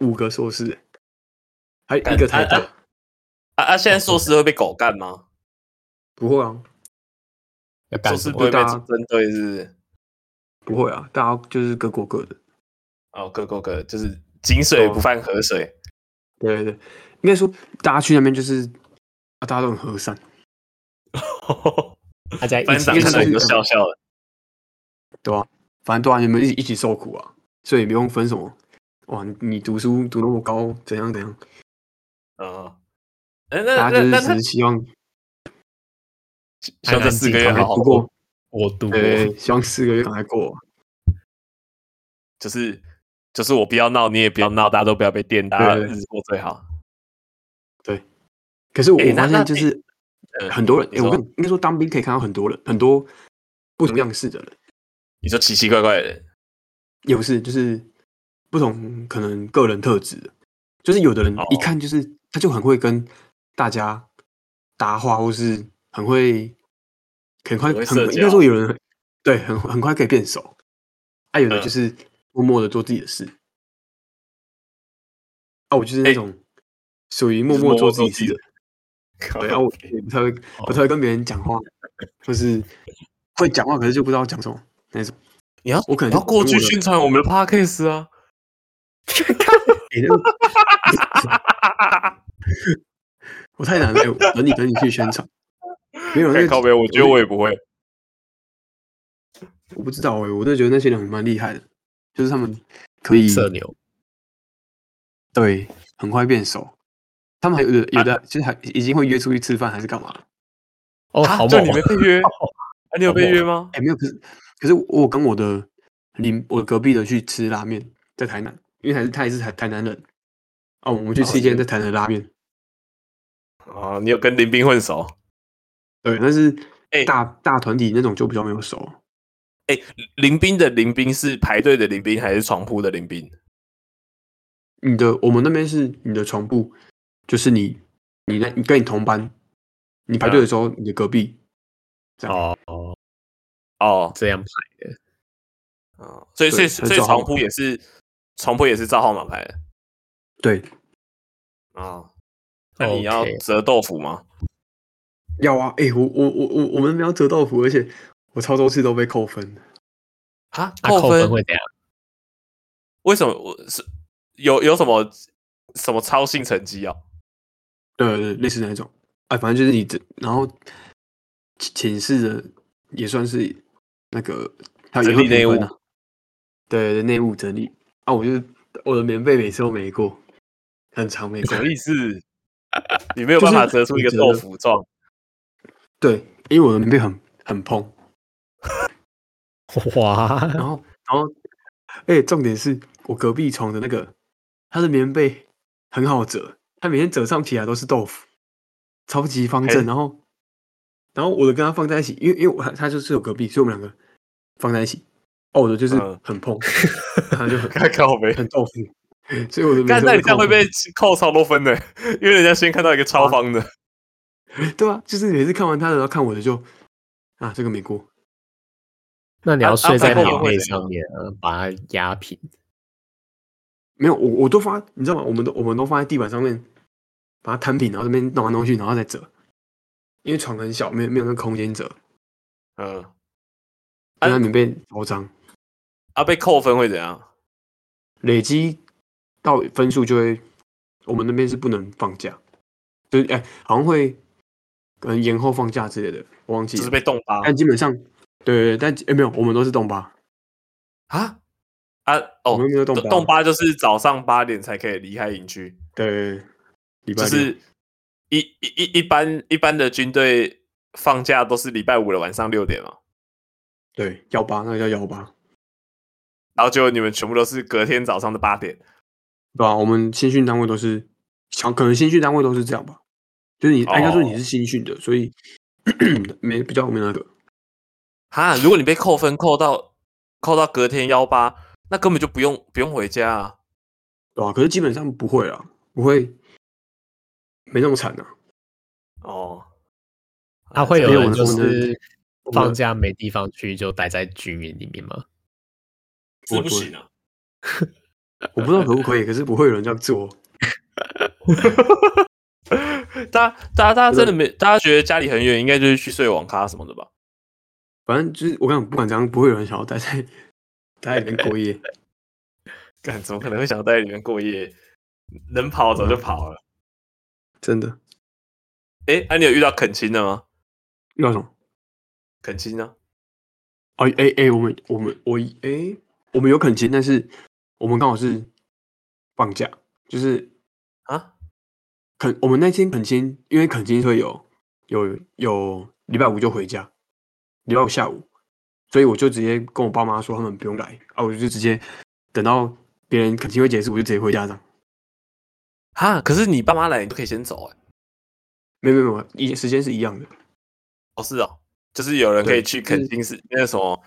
Speaker 3: 五个硕士，还有一个台大
Speaker 2: 干，啊啊！现在硕士会被狗干吗？
Speaker 3: 不会啊，
Speaker 1: 要干
Speaker 2: 硕
Speaker 1: 什
Speaker 2: 士不
Speaker 1: 么？
Speaker 2: 会被
Speaker 3: 大家
Speaker 2: 针对是不是？
Speaker 3: 不会啊，大家就是各过各的。
Speaker 2: 哦，各过各，就是井水不犯河 水。
Speaker 3: 对对对，应该说大家去那边就是啊，大家都很和善，
Speaker 1: 大家一
Speaker 2: 班
Speaker 1: 起
Speaker 2: 长
Speaker 3: 应该
Speaker 2: 看到你
Speaker 3: 是
Speaker 2: 都笑笑的。
Speaker 3: 对吧、反正对啊，你们一起一起受苦啊，所以不用分什么。哇，你你读书读那么高，怎样怎样？
Speaker 2: 嗯，哎，
Speaker 3: 大
Speaker 2: 那
Speaker 3: 家
Speaker 2: 那
Speaker 3: 就
Speaker 2: 那
Speaker 3: 是
Speaker 2: 他
Speaker 3: 只是希望，
Speaker 2: 希望这四个月好好
Speaker 3: 不
Speaker 2: 过，
Speaker 3: 过，
Speaker 1: 我读
Speaker 3: 对对，对希望四个月赶快过啊、
Speaker 2: 就是就是我不要闹，你也不要闹，大家都不要被电，大家
Speaker 3: 对
Speaker 2: 日子过最好。
Speaker 3: 可是我
Speaker 2: 诶那
Speaker 3: 发
Speaker 2: 那
Speaker 3: 现就
Speaker 2: 诶
Speaker 3: 是
Speaker 2: 嗯
Speaker 3: 很多人，
Speaker 2: 你
Speaker 3: 诶我
Speaker 2: 说
Speaker 3: 跟你应该说当兵可以看到很多人，很多不同样式的人，
Speaker 2: 你说奇奇怪怪的人，
Speaker 3: 也不是就是不同可能个人特质的，就是有的人
Speaker 2: 哦
Speaker 3: 一看就是、他就很会跟大家搭话，或是很会很快
Speaker 2: 很会
Speaker 3: 很
Speaker 2: 社
Speaker 3: 应该说
Speaker 2: 交
Speaker 3: 有人对很很快可以变熟，啊有的
Speaker 2: 嗯
Speaker 3: 就是默默的做自己的事，啊我就是那
Speaker 2: 诶
Speaker 3: 种属于默
Speaker 2: 就是
Speaker 3: 默
Speaker 2: 默
Speaker 3: 做
Speaker 2: 默
Speaker 3: 自
Speaker 2: 做
Speaker 3: 己
Speaker 2: 自己哦
Speaker 3: 事的。对啊，我也不太会，不太会跟别人讲话，就是会讲话，可是就不知道讲什么那种。
Speaker 2: 你要
Speaker 3: 我可能
Speaker 2: 你要过去
Speaker 3: 我的
Speaker 2: 宣传我们的 podcast 啊。
Speaker 3: 诶那个 我太难了，哎诶我等你等你去宣传。没有那
Speaker 2: 看
Speaker 3: 个
Speaker 2: 靠背，我觉得我也不会。
Speaker 3: 我不知道哎、我都觉得那些人蛮厉害的，就是他们可以
Speaker 2: 啊
Speaker 1: 社牛，
Speaker 3: 对很快变熟。他们还有的有的
Speaker 2: 啊
Speaker 3: 就是还已经会约出去吃饭还是干嘛？
Speaker 1: 哦，
Speaker 2: 啊
Speaker 1: 好
Speaker 2: 就
Speaker 1: 猛
Speaker 2: 你
Speaker 1: 哦
Speaker 2: 没被 约？啊，你有被约吗？
Speaker 3: 哎、没有，可是可是我跟我的邻我隔壁的去吃拉面，在台南，因为还是他也是台台南人。哦，我们去
Speaker 2: 哦
Speaker 3: 吃一间
Speaker 2: 是
Speaker 3: 在台南的拉面，
Speaker 2: 啊，你有跟林斌混熟？
Speaker 3: 对，但是
Speaker 2: 哎
Speaker 3: 大、大团体那种就比较没有熟，
Speaker 2: 哎、临兵的临兵是排队的临兵还是床铺的临兵？
Speaker 3: 你的我们那边是你的床部，就是你你那你跟你同班，你排队的时候，你的隔壁这样
Speaker 1: 哦 哦，
Speaker 2: 哦
Speaker 1: 这样排
Speaker 2: 哦，所以所以
Speaker 3: 对
Speaker 2: 所以
Speaker 3: 照号
Speaker 2: 床
Speaker 3: 码
Speaker 2: 铺也是床铺也是照号码牌的
Speaker 3: 对
Speaker 2: 啊、哦。那你要
Speaker 1: OK
Speaker 2: 折豆腐吗？
Speaker 3: 要啊，哎、我我我我我们没有折豆腐，而且我超多次都被扣分。
Speaker 2: 啊，
Speaker 1: 那扣
Speaker 2: 分
Speaker 1: 分会怎样？
Speaker 2: 为什么我是有有什么什么超性成绩啊？
Speaker 3: 呃，类似那一种，哎，反正就是你这，然后寝寝室的也算是那个，它也
Speaker 2: 整
Speaker 3: 会
Speaker 2: 理
Speaker 3: 评
Speaker 2: 内
Speaker 3: 分
Speaker 2: 务
Speaker 3: 啊，对对，内务整理啊，我就我的棉被每次都没过，很长没 过
Speaker 2: 什，么意思？你没有办法折出一个豆腐 状，
Speaker 3: 对，因为我的棉被很很蓬，
Speaker 1: 哇，
Speaker 3: 然 后然后，而且重点是我隔壁床的那个，他的棉被很好折，他每天折上起来都是豆腐，超级方
Speaker 2: 还
Speaker 3: 正。然后然后我的跟他放在一起，因为因为我他他就是我隔壁，所以我们两个放在一起。哦，我的就是
Speaker 2: 嗯
Speaker 3: 很 碰，他就很
Speaker 2: 看看我没？
Speaker 3: 很豆腐，所以我的每
Speaker 2: 干，
Speaker 3: 次
Speaker 2: 那
Speaker 3: 都
Speaker 2: 你这样
Speaker 3: 扣
Speaker 2: 会
Speaker 3: 分啊
Speaker 2: 被扣超多分的，因为人家先看到一个超方的。
Speaker 3: 对啊，就是每次看完他的，然后看我的就啊这个没过，
Speaker 1: 那你
Speaker 2: 啊
Speaker 1: 要
Speaker 2: 啊
Speaker 1: 睡在
Speaker 2: 那扣
Speaker 1: 棉
Speaker 2: 分会
Speaker 1: 被
Speaker 2: 怎样
Speaker 1: 上面啊，把它压平。
Speaker 3: 没有我我都放在，你知道吗？我们都我们都放在地板上面，把它摊平，然后这边弄来弄去，然后再折，因为床很小，没有没有那个空间折。
Speaker 2: 嗯，啊
Speaker 3: 但它棉被超脏，
Speaker 2: 啊，被扣分会怎样？
Speaker 3: 累积到分数就会，我们那边是不能放假，就是哎、好像会可能延后放假之类的，我忘记
Speaker 2: 就是
Speaker 3: 了。
Speaker 2: 被冻吧
Speaker 3: 但基本上，对对对，但哎、没有，我们都是动八，
Speaker 2: 啊啊
Speaker 3: 我
Speaker 2: 哦
Speaker 3: 们，没有动八，
Speaker 2: 冻吧就是早上八点才可以离开营区，
Speaker 3: 对对，对礼拜
Speaker 2: 就
Speaker 3: 六
Speaker 2: 是一一一一般一般的军队放假都是礼拜五的晚上六点嘛，
Speaker 3: 对幺八，那个叫幺八，
Speaker 2: 然后结果你们全部都是隔天早上的八点。
Speaker 3: 对吧、我们新训单位都是，想可能新训单位都是这样吧，就是你按该说你
Speaker 2: 哦
Speaker 3: 是新训的，所以 没比较没那个，
Speaker 2: 哈，如果你被扣分扣到扣到隔天幺八，那根本就不用不用回家啊。
Speaker 3: 对吧、可是基本上不会啊，不会，没那么惨啊。
Speaker 2: 哦，哎
Speaker 1: 啊，会有
Speaker 3: 没有
Speaker 1: 人
Speaker 3: 我
Speaker 1: 就
Speaker 3: 我的
Speaker 1: 是
Speaker 3: 我的
Speaker 1: 放假没地方去，就待在居民里面吗？
Speaker 2: 是不行啊。
Speaker 3: 我不知道可不可以，可是不会有人这样做。
Speaker 2: 大家大家大家真的没，大家觉得家里很远，应该就是去睡网咖什么的吧？
Speaker 3: 反正就是我跟你讲，不管怎样，不会有人想要待在待在里面过夜。
Speaker 2: 干，怎么可能会想待在里面过夜？能跑早就跑了。
Speaker 3: 真的，
Speaker 2: 哎、啊，你有遇到恳亲的吗？
Speaker 3: 遇到什么？
Speaker 2: 恳亲呢？
Speaker 3: 哦，哎、哎、我们我们我哎、我们有恳亲，但是我们刚好是放假，就是
Speaker 2: 啊，
Speaker 3: 恳我们那天恳亲，因为恳亲会有有有礼拜五就回家，礼拜五下午，所以我就直接跟我爸妈说他们不用来啊，我就直接等到别人恳亲会结束，我就直接回家这样。
Speaker 2: 哈，可是你爸妈来，你就可以先走哎、
Speaker 3: 没有没有没有，一时间是一样的。
Speaker 2: 哦，是哦，就是有人可以
Speaker 3: 对
Speaker 2: 去
Speaker 3: 就是
Speaker 2: 恳亲是那个什么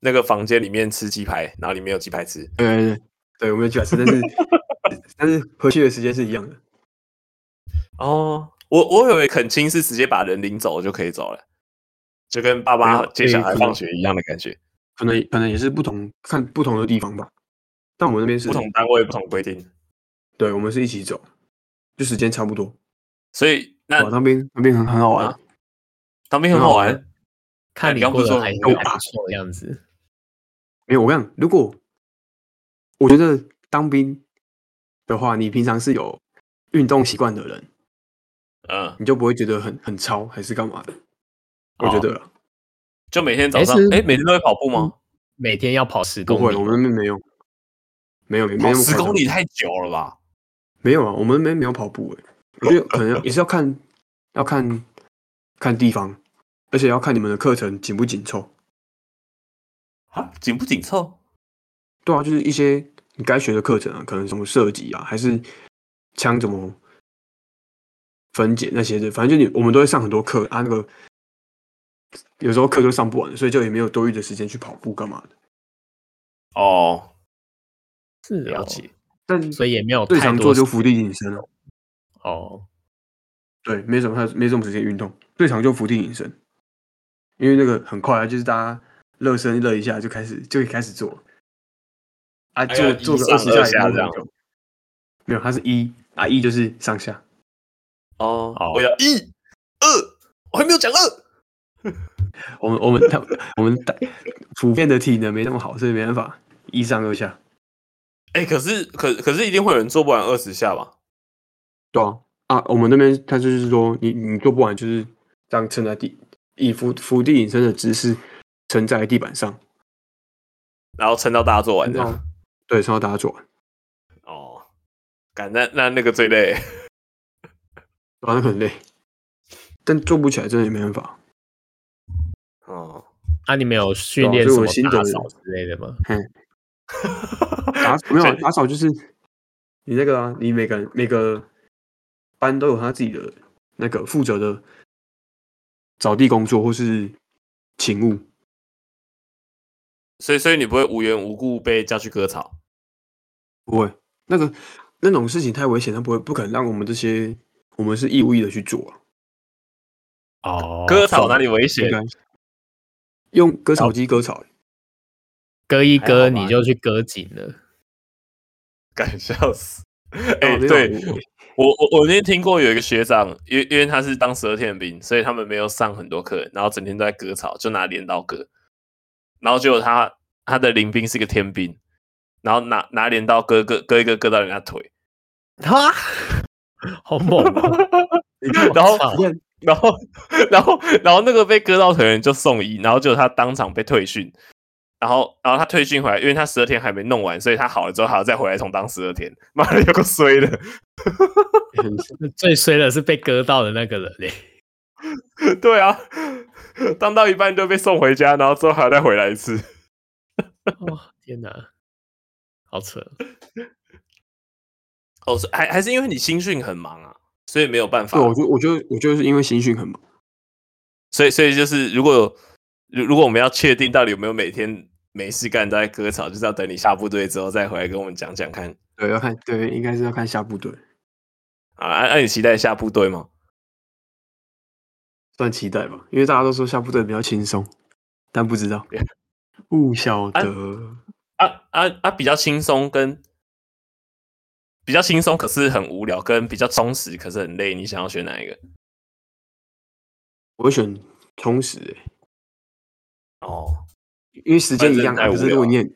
Speaker 2: 那个房间里面吃鸡排，然后里面有鸡排吃。
Speaker 3: 呃，对，我没有去百吃，但是但是回去的时间是一样的。
Speaker 2: 哦，我我以为恳亲是直接把人领走就可以走了，就跟爸妈
Speaker 3: 没有
Speaker 2: 接小孩
Speaker 3: 可以可以
Speaker 2: 放学一样的感觉，
Speaker 3: 可能可能也是不同，看不同的地方吧。但我们那边是
Speaker 2: 不同，单位不同规定，
Speaker 3: 对我们是一起走，就时间差不多。
Speaker 2: 所以那
Speaker 3: 哇，那边那边很很好玩啊，
Speaker 2: 当兵很好玩。
Speaker 1: 看
Speaker 2: 你
Speaker 1: 你
Speaker 2: 刚不
Speaker 1: 过
Speaker 2: 是说
Speaker 1: 得还
Speaker 2: 很
Speaker 1: 还
Speaker 3: 有吧
Speaker 1: 不错的样子。
Speaker 3: 没有，我跟你讲，如果我觉得当兵的话，你平常是有运动习惯的人，
Speaker 2: 嗯，
Speaker 3: 你就不会觉得很很超还是干嘛的。我觉
Speaker 2: 哦
Speaker 3: 得啦
Speaker 2: 就每天早
Speaker 1: 诶
Speaker 2: 上
Speaker 1: 是，
Speaker 2: 哎，每天都会跑步吗？
Speaker 1: 每天要跑十
Speaker 3: 不
Speaker 1: 公
Speaker 3: 会，
Speaker 1: 里
Speaker 3: 我们那边没有，没有没
Speaker 2: 嗯
Speaker 3: 没
Speaker 2: 跑
Speaker 3: 那么
Speaker 2: 十
Speaker 3: 夸张
Speaker 2: 公里太久了吧？
Speaker 3: 没有啊，我们没没有跑步诶、欸我觉得可能也是要看，要看看地方，而且要看你们的课程紧不紧凑。
Speaker 2: 啊，紧不紧凑？
Speaker 3: 对啊，就是一些你该学的课程啊，可能什么射击啊，还是枪怎么分解那些的，反正就你我们都会上很多课啊，那个有时候课都上不完，所以就也没有多余的时间去跑步干嘛的。
Speaker 2: 哦，
Speaker 1: 是
Speaker 2: 了
Speaker 1: 哦，
Speaker 2: 解。
Speaker 3: 但
Speaker 1: 所以也没有
Speaker 3: 啊最
Speaker 1: 太
Speaker 3: 常
Speaker 1: 多
Speaker 3: 做就
Speaker 1: 时
Speaker 3: 伏地挺身了，
Speaker 1: 哦，
Speaker 3: 对，没什么太没什么时间运动，最常就伏地挺身，因为那个很快啊，就是大家热身热一下就开始就可以开始做了，啊，
Speaker 2: 大
Speaker 3: 做
Speaker 2: 概
Speaker 3: 做
Speaker 2: 一
Speaker 3: 个
Speaker 2: 上
Speaker 3: 二十
Speaker 2: 二
Speaker 3: 下
Speaker 2: 下这
Speaker 3: 也没有
Speaker 2: 样
Speaker 3: 很久，没有，它是一啊一就是上下，
Speaker 2: 哦
Speaker 1: 好
Speaker 2: 我要一、二，我还没有讲二。
Speaker 3: 我们我们他我们大普遍的体能没那么好，所以没办法一上二下。
Speaker 2: 哎、可是可可是一定会有人做不完二十下吧？
Speaker 3: 对啊，啊，我们那边他就是说，你你做不完就是这样撑在地，以伏伏地挺身的姿势撑在地板上，
Speaker 2: 然后撑到大家做完这
Speaker 3: 然
Speaker 1: 嗯
Speaker 3: 后
Speaker 2: 样。
Speaker 3: 对，撑到大家做完，
Speaker 2: 哦，感那那那个最累。
Speaker 3: 然后很累，但做不起来真的也没办 法。
Speaker 2: 哦，
Speaker 1: 那、你们有训
Speaker 3: 啊
Speaker 1: 练
Speaker 3: 所以
Speaker 1: 什
Speaker 3: 我
Speaker 1: 么
Speaker 3: 心
Speaker 1: 打
Speaker 3: 得
Speaker 1: 扫之类的吗？
Speaker 3: 打
Speaker 2: 所
Speaker 3: 没有啊
Speaker 2: 以
Speaker 3: 打扫就是你那个啊，你每个人每个班都有他自己的那个负责的扫地工作或是勤务，
Speaker 2: 所以所以你不会无缘无故被叫去割草。
Speaker 3: 不会，那个那种事情太危险，他不会不可能让我们这些我们是义务役的去做啊。
Speaker 1: 哦，
Speaker 2: 割草哪里危险
Speaker 3: 应？该是用割草机割草，
Speaker 2: 哦
Speaker 1: 割一割
Speaker 2: 还好吧
Speaker 1: 你就去割颈 了。
Speaker 2: 敢笑 死！哎、
Speaker 3: 哦没有
Speaker 2: 对
Speaker 3: 我
Speaker 2: 我我我那天听过有一个学长，因为因为他是当十二天兵，所以他们没有上很多课，然后整天都在割草，就拿镰刀割。然后结果他他的临兵是个天兵，然后拿拿镰刀割割割一个割到人家腿，
Speaker 1: 哈，好猛、 哦！
Speaker 2: 然后
Speaker 1: 我操
Speaker 3: 你看
Speaker 2: 然后然后然后那个被割到腿的人就送医，然后结果他当场被退训。然后，然后他退训回来，因为他十二天还没弄完，所以他好了之后还要再回来重当十二天。妈的，有个衰的，
Speaker 3: 很
Speaker 1: 最衰的是被割到的那个人嘞、
Speaker 2: 对啊，当到一半就被送回家，然后之后还要再回来一次。
Speaker 1: 哦，天哪，好扯！
Speaker 2: 哦，是还还是因为你新训很忙啊，所以没有办法
Speaker 3: 对，。我就我就我就是因为新训很忙，
Speaker 2: 所以所以就是如果有如如果我们要确定到底有没有每天没事干都在割草，就是要等你下部队之后再回来跟我们讲讲看。
Speaker 3: 对，要看对，应该是要看下部队，
Speaker 2: 啊，按、按你期待下部队吗？
Speaker 3: 算期待吧，因为大家都说下部队比较轻松，但不知道，不晓
Speaker 2: 啊
Speaker 3: 得，
Speaker 2: 啊啊啊！比较轻松跟比较轻松，可是很无聊；跟比较充实，可是很累。你想要选哪一个？
Speaker 3: 我会选充实、欸，
Speaker 2: 哦，
Speaker 3: 因为时间一样
Speaker 2: 反
Speaker 3: 啊，
Speaker 2: 正
Speaker 3: 可
Speaker 2: 太无
Speaker 3: 是如果你
Speaker 2: 聊
Speaker 3: 也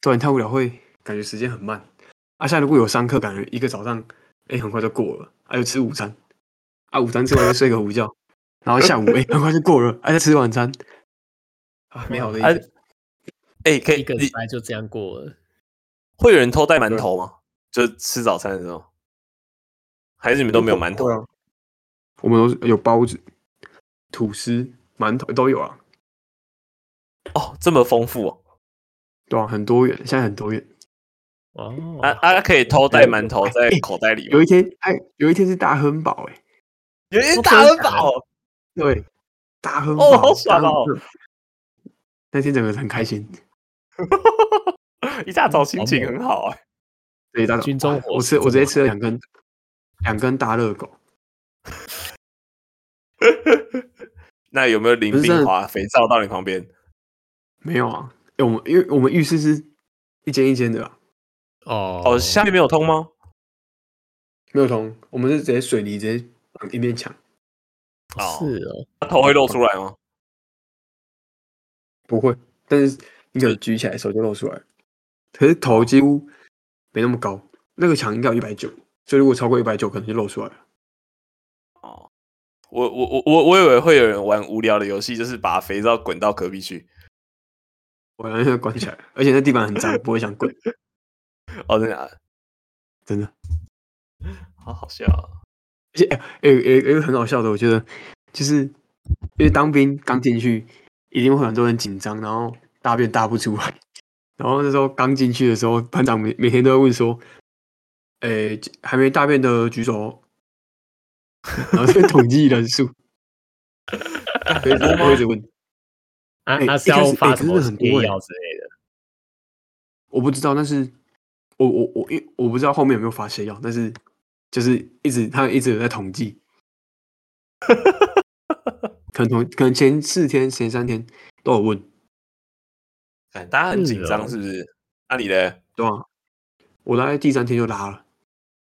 Speaker 3: 对你太无聊，会感觉时间很慢。啊，现在如果有上课，感觉一个早上，哎、很快就过了，还、啊、有吃午餐，啊，午餐吃完就睡个午 觉，然后下午哎、很快就过了，还、啊、在吃晚餐，啊，美好的一
Speaker 2: 啊
Speaker 3: 天。
Speaker 2: 哎、可以
Speaker 1: 一个
Speaker 2: 你
Speaker 1: 礼拜就这样过了，
Speaker 2: 会有人偷带馒头吗？就吃早餐的时候，还是你们都没有馒头
Speaker 3: 会？啊，我们都是有包子、吐司、馒头都有啊，
Speaker 2: 哦，这么丰富哦！
Speaker 3: 对啊，很多元，现在很多元。
Speaker 1: 哦，
Speaker 2: 啊啊，可以偷带馒头在口袋里吗
Speaker 3: 有一天，哎，有一天是大亨堡、哎，
Speaker 2: 有一大汉堡，
Speaker 3: 对，大亨堡，
Speaker 2: 哦好爽
Speaker 3: 大亨
Speaker 2: 哦
Speaker 3: 堡！那天整个很开心，
Speaker 2: 一大早心情很好哎、
Speaker 3: 对，大
Speaker 1: 军中
Speaker 3: 哇
Speaker 1: 伙
Speaker 3: 啊我
Speaker 1: 食
Speaker 3: 吃我
Speaker 1: 真
Speaker 3: 直
Speaker 1: 的
Speaker 3: 接吃了两根两根大热狗，
Speaker 2: 那有没有淋
Speaker 3: 不是真
Speaker 2: 冰
Speaker 3: 的
Speaker 2: 花肥皂到你旁边？
Speaker 3: 没有啊？诶我们因为我们浴室是一间一间的、啊，
Speaker 1: 哦
Speaker 2: 哦，下面没有通吗？
Speaker 3: 没有通，我们是直接水泥直接绑一面墙，
Speaker 2: 哦
Speaker 1: 是哦，
Speaker 2: 头会露出来吗？
Speaker 3: 不会，但是你可能举起来手就露出来了，可是头几乎没那么高，那个墙应该有一百九，所以如果超过一百九可能就露出来了。
Speaker 2: 哦，我我我我我以为会有人玩无聊的游戏，就是把肥皂滚到隔壁去。
Speaker 3: 我要要关起来，而且那地板很脏，不会想滚，
Speaker 2: 哦，真的、啊，
Speaker 3: 真的。
Speaker 2: 好好笑啊、
Speaker 3: 而且哎有有有一个很好笑的，我觉得就是因为当兵刚进去，一定会很多人紧张，然后大便大不出来。然后那时候刚进去的时候，班长每每天都会问说：“诶，还没大便的举手哦。” 然后就统计人数，所以不会一直问。
Speaker 1: 啊，
Speaker 3: 哎
Speaker 1: 他是
Speaker 3: 一开
Speaker 1: 要
Speaker 3: 始哎
Speaker 1: 发
Speaker 3: 可
Speaker 1: 什
Speaker 3: 是
Speaker 1: 么
Speaker 3: 很
Speaker 1: 贴
Speaker 3: 多哎
Speaker 1: 药之类的？
Speaker 3: 我不知道，但是我我我因我不知道后面有没有发泻药，但是就是一直他们一直有在统计，可能同可能前四天前三天都有问，
Speaker 2: 哎大家很
Speaker 1: 是
Speaker 2: 紧
Speaker 1: 哦
Speaker 2: 张是不是？那、你嘞？
Speaker 3: 对吧、我大概第三天就拉了，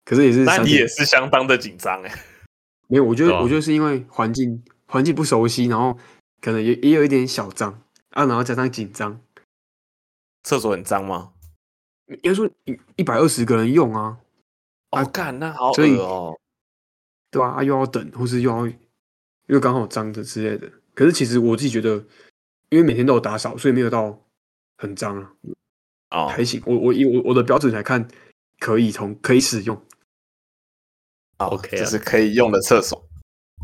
Speaker 3: 可是也是
Speaker 2: 那
Speaker 3: 三
Speaker 2: 你
Speaker 3: 天
Speaker 2: 也是相当的紧张哎。
Speaker 3: 没有，我觉得、
Speaker 1: 对啊
Speaker 3: 我觉得是因为环境环境不熟悉，然后可能也也有一点小脏啊，然后加上紧张，
Speaker 2: 厕所很脏吗？
Speaker 3: 应该说一百二十个人用啊，
Speaker 2: 哦，干，那好
Speaker 3: 所以
Speaker 2: 恶哦。
Speaker 3: 对吧、啊？又要等，或是又要又刚好脏的之类的。可是其实我自己觉得，因为每天都有打扫，所以没有到很脏啊，
Speaker 2: 哦
Speaker 3: 还行。我我以我我的标准来看，可以从可以使用，
Speaker 2: 哦
Speaker 1: OK
Speaker 2: 就
Speaker 1: 啊
Speaker 2: 是可以用的厕所，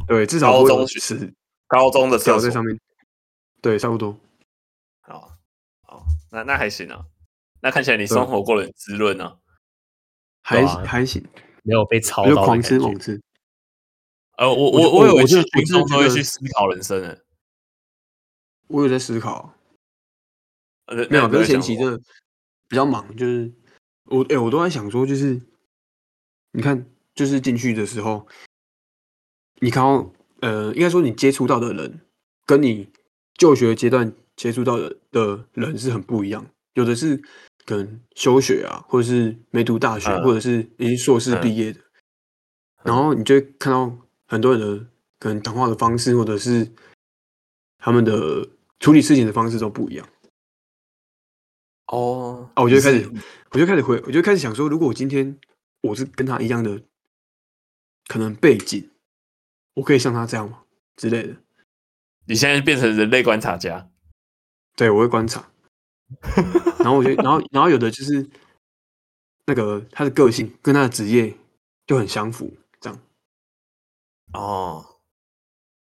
Speaker 3: 对，至少
Speaker 2: 高
Speaker 3: 不会
Speaker 2: 中
Speaker 3: 有
Speaker 2: 学
Speaker 3: 屎
Speaker 2: 高中的厕
Speaker 3: 掉在
Speaker 2: 所。
Speaker 3: 上面。对，差不多。
Speaker 2: 哦，哦，那那还行啊。那看起来你
Speaker 3: 对
Speaker 2: 生活过得很滋润啊。
Speaker 3: 还、
Speaker 1: 对啊
Speaker 3: 还行，
Speaker 1: 没有被操
Speaker 3: 我就
Speaker 1: 到
Speaker 3: 狂
Speaker 1: 的
Speaker 3: 吃
Speaker 1: 感
Speaker 3: 猛
Speaker 1: 觉。
Speaker 3: 吃。
Speaker 2: 呃，我
Speaker 3: 我
Speaker 2: 我
Speaker 3: 我
Speaker 2: 有
Speaker 3: 我
Speaker 2: 一次
Speaker 3: 就我
Speaker 2: 军中
Speaker 3: 就
Speaker 2: 都会
Speaker 3: 觉得
Speaker 2: 去思考人生的。
Speaker 3: 我有在思考，
Speaker 2: 呃
Speaker 3: 没有，可是前
Speaker 2: 前
Speaker 3: 期
Speaker 2: 期
Speaker 3: 真的比较忙，就是我哎、我都在想说，就是你看，就是进去的时候，你看到呃，应该说你接触到的人，跟你就学阶段接触到的的人是很不一样，有的是可能休学啊，或者是没读大学，
Speaker 2: 嗯
Speaker 3: 或者是已经硕士毕业的，然后你就会看到很多人的可能谈话的方式，或者是他们的处理事情的方式都不一样。
Speaker 2: 哦，
Speaker 3: 啊，我就
Speaker 2: 你
Speaker 3: 开
Speaker 2: 是
Speaker 3: 始，我就开始回，我就开始想说，如果我今天我是跟他一样的，可能背景，我可以像他这样吗？之类的。
Speaker 2: 你现在变成人类观察家。
Speaker 3: 对，我会 观察。然后我觉得，然后然后有的就是那个他的个性跟他的职业就很相符，这样。
Speaker 2: 哦，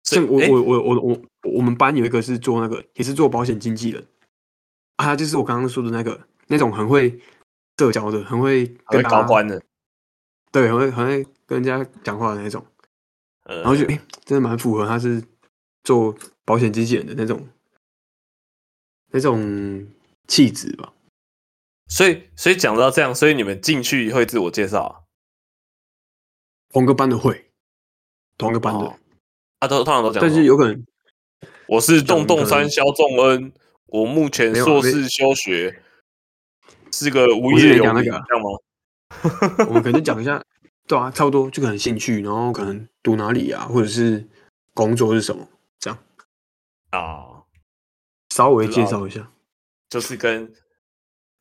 Speaker 2: 所以
Speaker 3: 像我
Speaker 2: 诶
Speaker 3: 我我我我我们班有一个是做那个也是做保险经纪人，啊，他就是我刚刚说的那个那种很会社交的，很会
Speaker 2: 还会
Speaker 3: 跟大
Speaker 2: 高
Speaker 3: 家
Speaker 2: 官的，
Speaker 3: 对，很会很会跟人家讲话的那种。
Speaker 2: 然
Speaker 3: 然后就哎、诶真的蛮符合他是做保险经纪人的那种那种气质吧。
Speaker 2: 所以所以讲到这样，所以你们进去会自我介绍啊，
Speaker 3: 同个班的会，同个班的，
Speaker 2: 哦啊都通常都讲什么，
Speaker 3: 但是有可能
Speaker 2: 我是洞洞
Speaker 3: 可能
Speaker 2: 山肖仲恩，我目前
Speaker 3: 没有啊
Speaker 2: 硕
Speaker 3: 没
Speaker 2: 士休学，是个无
Speaker 3: 我是
Speaker 2: 业
Speaker 3: 没
Speaker 2: 游
Speaker 3: 讲那
Speaker 2: 民，这
Speaker 3: 个啊
Speaker 2: 样吗？
Speaker 3: 我们可能就讲一下， 对啊，差不多就可能兴趣，然后可能读哪里啊，或者是工作是什么，
Speaker 2: 啊，
Speaker 3: 稍微
Speaker 2: 知
Speaker 3: 介
Speaker 2: 道
Speaker 3: 绍一下。
Speaker 2: 就是跟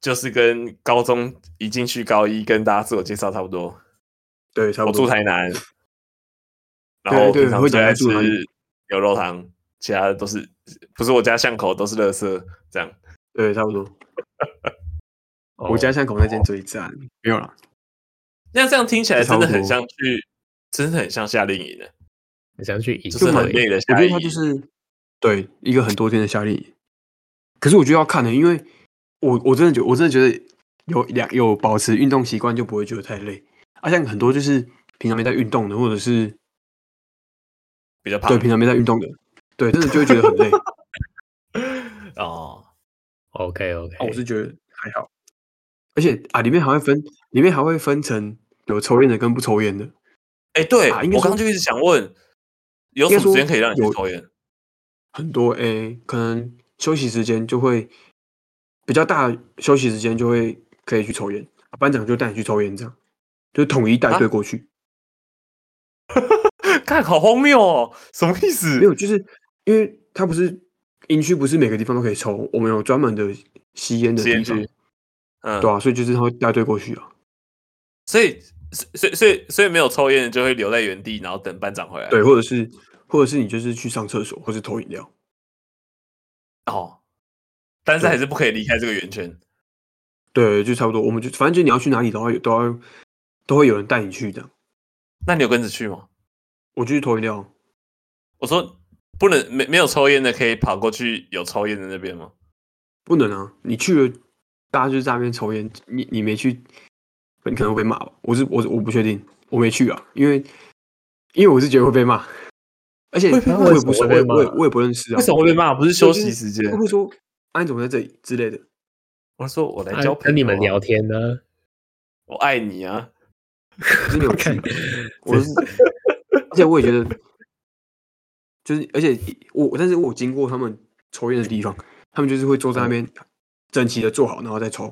Speaker 2: 就是跟高中一进去高一跟大家自我介绍差不多。
Speaker 3: 对，差不
Speaker 2: 我住
Speaker 3: 多。
Speaker 2: 台南，然后
Speaker 3: 对
Speaker 2: 平常
Speaker 3: 会
Speaker 2: 最
Speaker 3: 讲
Speaker 2: 爱
Speaker 3: 住哪里
Speaker 2: 吃牛肉汤，其他的都是不是我家巷口都是垃圾这样。
Speaker 3: 对，差不多。
Speaker 1: 哦
Speaker 3: 我家巷口那间最赞，没有啦，
Speaker 2: 那这样听起来
Speaker 3: 差
Speaker 2: 真
Speaker 3: 不
Speaker 2: 的很
Speaker 3: 多
Speaker 2: 像去，真的很像夏令营的，欸
Speaker 1: 很想去营
Speaker 2: 就是
Speaker 1: 队
Speaker 2: 很累的
Speaker 3: 我
Speaker 2: 夏
Speaker 3: 觉得
Speaker 2: 令
Speaker 3: 他
Speaker 2: 营。
Speaker 3: 就是对一个很多天的夏令营，可是我觉得要看的、因为我我真的觉我真的觉得有两有保持运动习惯就不会觉得太累，啊，像很多就是平常没在运动的，或者是
Speaker 2: 比较
Speaker 3: 对
Speaker 2: 胖
Speaker 3: 平常没在运动的，对，真的就会觉得 很累。啊，
Speaker 2: 哦，
Speaker 1: OK OK，
Speaker 3: 哦我是觉得还好，而且啊，里面还会分，里面还会分成有抽烟的跟不抽烟的，
Speaker 2: 哎、对、
Speaker 3: 啊应该
Speaker 2: 我
Speaker 3: 说
Speaker 2: 刚刚就一直想问，有
Speaker 3: 应该
Speaker 2: 什么时
Speaker 3: 说
Speaker 2: 间可以让你去
Speaker 3: 有
Speaker 2: 抽 烟？
Speaker 3: 很多诶、可能休息时间就会比较大，休息时间就会可以去抽烟，啊班长就带你去抽烟，这样就统一带队过去。
Speaker 2: 看，好荒谬哦，什么意思
Speaker 3: 没？有，就是因为他不是营区，不是每个地方都可以抽，我们有专门的吸烟的
Speaker 2: 吸烟
Speaker 3: 地方
Speaker 2: 区，嗯，
Speaker 3: 对啊，所以就是他会带队过去啊。
Speaker 2: 所以，所以，所以，所以没有抽烟的就会留在原地，然后等班长回来。
Speaker 3: 对，，或者是或者是你就是去上厕所，或是投饮料，
Speaker 2: 哦，但是
Speaker 3: 对
Speaker 2: 还是不可以离开这个圆圈。
Speaker 3: 对，就差不多。我们就反正就你要去哪里都要有都要都会有人带你去的。
Speaker 2: 那你有跟着去吗？
Speaker 3: 我就去投饮料，
Speaker 2: 我说不能，没没有抽烟的可以跑过去有抽烟的那边吗？
Speaker 3: 不能啊！你去了，大家就在那边抽烟，你你没去，你可能会被骂吧？我是我是我不确定，我没去啊，因为因为我是觉得会被骂。而且
Speaker 2: 会
Speaker 3: 我也
Speaker 2: 被骂
Speaker 3: 不熟，
Speaker 1: 为什么会
Speaker 3: 我也
Speaker 1: 被骂
Speaker 3: 我也我也不认识啊，
Speaker 2: 为什么会被骂？不是休息时间
Speaker 3: 会？不会说啊你怎么在这里之类的？
Speaker 2: 我说我来
Speaker 1: 啊
Speaker 2: 交朋友、
Speaker 1: 跟你们，聊天呢、
Speaker 2: 我爱你 啊！
Speaker 3: 可是没有去
Speaker 1: 看
Speaker 3: 过，我是，而且我也觉得，就是而且我，但是我经过他们抽烟的地方，他们就是会坐在那边整齐的坐好，然后再抽，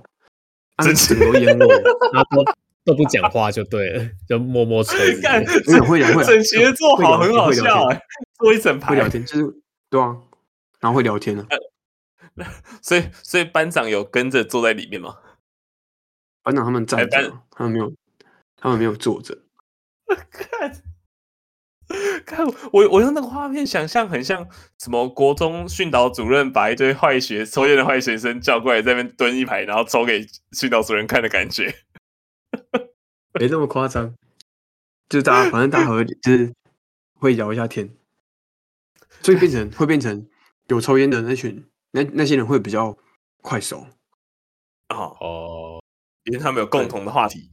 Speaker 2: 嗯
Speaker 3: 啊，
Speaker 2: 整齐
Speaker 3: 整个都烟味了，
Speaker 1: 然后都都不讲话就对了，就默默抽烟。
Speaker 2: 干
Speaker 3: 没有会啊聊会聊
Speaker 2: 整齐的做好，
Speaker 3: 会
Speaker 2: 很
Speaker 3: 聊
Speaker 2: 好
Speaker 3: 会聊
Speaker 2: 笑、欸，做一整
Speaker 3: 会
Speaker 2: 排
Speaker 3: 聊。天，就是对啊，然后会聊天啊，
Speaker 2: 所以，所以班长有跟着坐在里面吗？
Speaker 3: 班长他们
Speaker 2: 哎
Speaker 3: 站
Speaker 2: 班
Speaker 3: 着啊，他们没有，他们没有坐着，
Speaker 2: 看，看我，我用那个画面想象，很像什么国中训导主任把一堆坏学抽烟的坏学生叫过来，在那边蹲一排，然后抽给训导主任看的感觉。
Speaker 3: 没那么夸张，就是大家反正大家会就是会聊一下天， 所以变成会变成有抽烟的那群那那些人会比较快熟，
Speaker 2: 哦，
Speaker 1: 哦，
Speaker 2: 因为他们有共同的话题。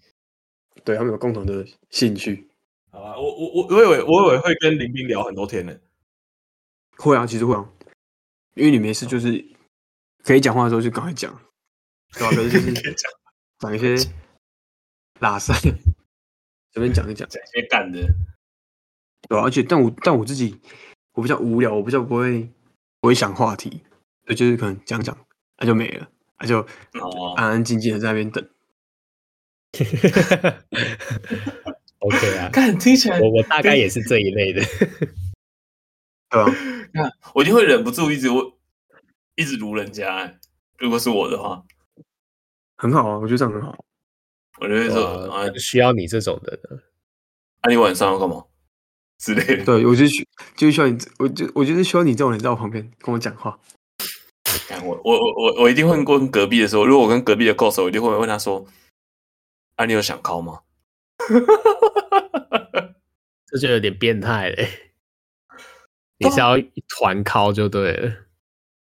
Speaker 3: 对他们有共同的兴趣。
Speaker 2: 好吧，我我我我以为我以为会跟林斌聊很多天呢。
Speaker 3: 会啊，其实会啊，因为你没事就是可以讲话的时候就赶快讲，对吧、可是就
Speaker 2: 可以
Speaker 3: 是
Speaker 2: 讲
Speaker 3: 讲一 些拉塞， 随便讲一讲，
Speaker 2: 讲一些干的。
Speaker 3: 对啊吧、而且但我但我自己我比较无聊，我比较不会不会想话题，所以就是可能讲讲，那、就没了，那、就
Speaker 2: 哦，
Speaker 3: 安安静静的在那边等。
Speaker 1: OK 啊，
Speaker 2: 看听起来
Speaker 1: 我我大概也是这一类的。
Speaker 3: 对啊吧、
Speaker 2: 看，我一定会忍不住一直我一直撸人家欸、如果是我的话，
Speaker 3: 很好啊，我觉得这样很好。
Speaker 2: 我就会说啊
Speaker 1: 哇，呃需要你这种的呢，
Speaker 2: 啊，你晚上要干嘛之类的。
Speaker 3: 对，我就是需就是需要你这，我就我就是需要你这种人在我旁边跟我讲话。
Speaker 2: 干我我我我我一定会问隔壁的时候，如果我跟隔壁的够熟，我一定会问他说：“啊，你有想考吗
Speaker 1: 这就有点变态嘞。你是要一团靠就对了，？”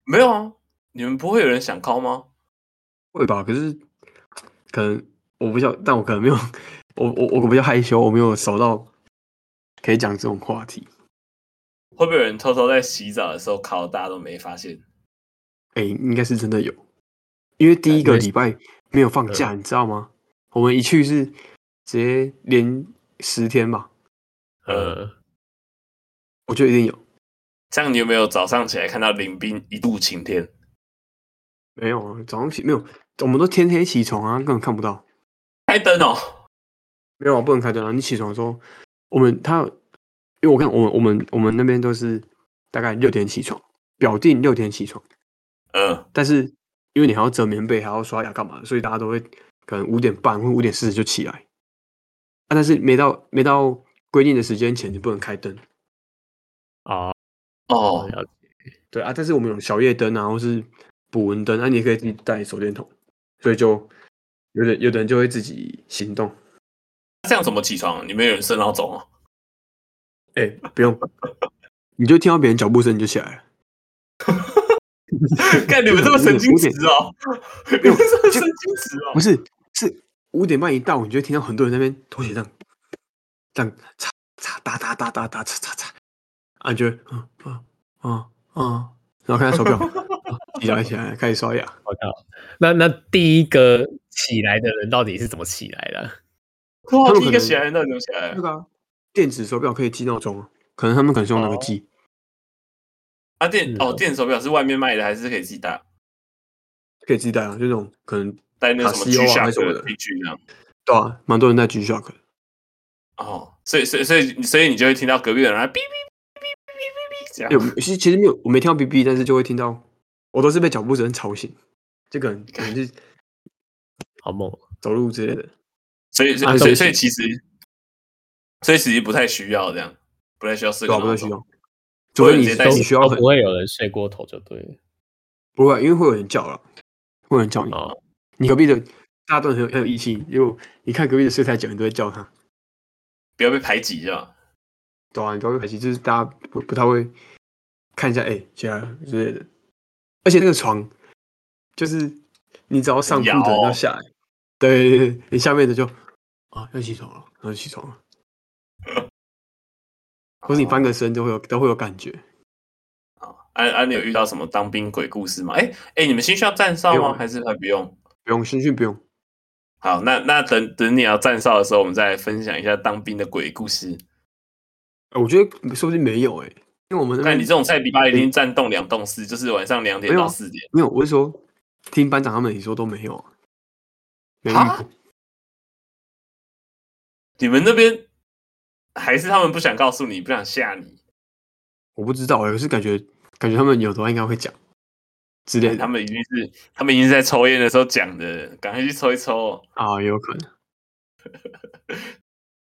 Speaker 2: 没有啊，你们不会有人想考吗？
Speaker 3: 会吧？可是可能我不晓，但我可能没有， 我我我比较害羞，我没有熟到可以讲这种话题。
Speaker 2: 会不会有人偷偷在洗澡的时候考，大家都没发现？
Speaker 3: 哎、应该是真的有，因为第一
Speaker 1: 那
Speaker 3: 个
Speaker 1: 你
Speaker 3: 礼拜没有放假，你知道吗？我们一去是直接连十天吧，
Speaker 1: 嗯，
Speaker 3: 我觉得一定有。
Speaker 2: 这样你有没有早上起来看到林斌一度晴天？
Speaker 3: 没有啊，早上起没有，我们都天黑起床啊，根本看不到。
Speaker 2: 开灯哦，
Speaker 3: 没有啊，不能开灯啊！你起床的时候，我们他，因为我看我们我们我们那边都是大概六点起床，表定六点起床。
Speaker 2: 嗯，
Speaker 3: 但是因为你还要折棉被，还要刷牙干嘛的，所以大家都会可能五点半或五点四十就起来。啊，但是没到没到规定的时间前就不能开灯。
Speaker 1: 哦，
Speaker 2: 哦，
Speaker 1: 了解
Speaker 3: 对啊，但是我们有小夜灯啊，或是捕蚊灯，啊，你也可以自己带手电筒，所以就有点有的人就会自己行动。
Speaker 2: 这样怎么起床？你们有人生闹钟哦？
Speaker 3: 哎、不用， 你就听到别人脚步声你就起来了。
Speaker 2: 看你们这么神经质哦，你们这么神经质哦
Speaker 3: 不，是，是五点半一到，你就会听到很多人在那边拖鞋这样，这样擦擦哒哒哒哒哒擦擦擦，啊，你就会嗯嗯嗯嗯，然后看下 手表，啊起来起来，开始刷牙。
Speaker 2: 啊
Speaker 1: 我靠，那那第一个起来的人到底是怎么起来的？啊
Speaker 2: 哇，
Speaker 3: 他们
Speaker 2: 第一
Speaker 3: 可
Speaker 2: 个
Speaker 3: 能
Speaker 2: 起来那怎么起来
Speaker 3: 那？个啊、电子手表可以记闹钟啊，可能他们可能是用那个
Speaker 2: 哦
Speaker 3: 记，
Speaker 2: 啊，电
Speaker 1: 是
Speaker 2: 哦，
Speaker 1: 的
Speaker 2: 电子手表是外面卖的，还是可以自己戴？
Speaker 3: 可以自己带啊，就那种可能
Speaker 2: 戴那个什么 G
Speaker 3: 卡西欧啊
Speaker 2: 下
Speaker 3: 还是什么
Speaker 2: 的
Speaker 3: 的
Speaker 2: T 恤这样。
Speaker 3: 对啊，蛮多人带 G Shock 的。
Speaker 2: 哦，所以所以所以所以你就会听到隔壁的人啊哔哔哔哔哔哔哔这
Speaker 3: 有
Speaker 2: 样。，
Speaker 3: 其实其实没有，我没听到哔哔，但是就会听到，我都是被脚步声吵醒，这个人可能是
Speaker 1: 好猛哦，
Speaker 3: 走路之类的。
Speaker 2: 所以所
Speaker 3: 啊
Speaker 2: 以所以
Speaker 3: 对不
Speaker 2: 所
Speaker 3: 起
Speaker 2: 以其实，所以其实不太需要这样，不太需要设
Speaker 3: 对
Speaker 2: 个
Speaker 3: 啊，不
Speaker 2: 闹
Speaker 3: 太需
Speaker 2: 钟。
Speaker 3: 要。除非
Speaker 2: 有人
Speaker 3: 你
Speaker 2: 直接带
Speaker 3: 你需要
Speaker 1: 都
Speaker 3: 很
Speaker 1: 不会有人睡过头就对了。
Speaker 3: 不会，因为会有人叫了，会有人叫你。
Speaker 1: 哦
Speaker 3: 你隔壁的大家都很有很有义气，因为你看隔壁的睡太久，你都会叫他，
Speaker 2: 不要被排挤这样。
Speaker 3: 对啊，你都会很气，就是大家不不太会看一下，哎、起来了之类的。而且那个床，就是你只要上铺的人
Speaker 2: 摇
Speaker 3: 要下来，对对对对，哦你下面的就啊要起床了，要起床了，或是你翻个身都会有都会有感觉。
Speaker 4: 安安，你有遇到什么当兵鬼故事吗？哎、哎、你们新需要站哨
Speaker 3: 没有
Speaker 4: 吗？还是还不用？
Speaker 3: 不用新训，不用。
Speaker 4: 好，那那等等你要站哨的时候，我们再来分享一下当兵的鬼故事。
Speaker 3: 呃我觉得说不定没有哎、因为我们那
Speaker 4: 那
Speaker 3: 边
Speaker 4: 你这种在礼拜天站栋两栋四，就是晚上两点
Speaker 3: 没有
Speaker 4: 到
Speaker 3: 啊
Speaker 4: 四点。
Speaker 3: 没有，我是说听班长他们也说都没有啊，没遇
Speaker 4: 哈
Speaker 3: 过。
Speaker 4: 你们那边还是他们不想告诉你，不想吓你，
Speaker 3: 我不知道哎、可是感觉感觉他们有的话应该会讲之类
Speaker 4: 他
Speaker 3: 的
Speaker 4: 们一定是他们一定是在抽烟的时候讲的，赶快去抽一抽
Speaker 3: 啊，也有可能。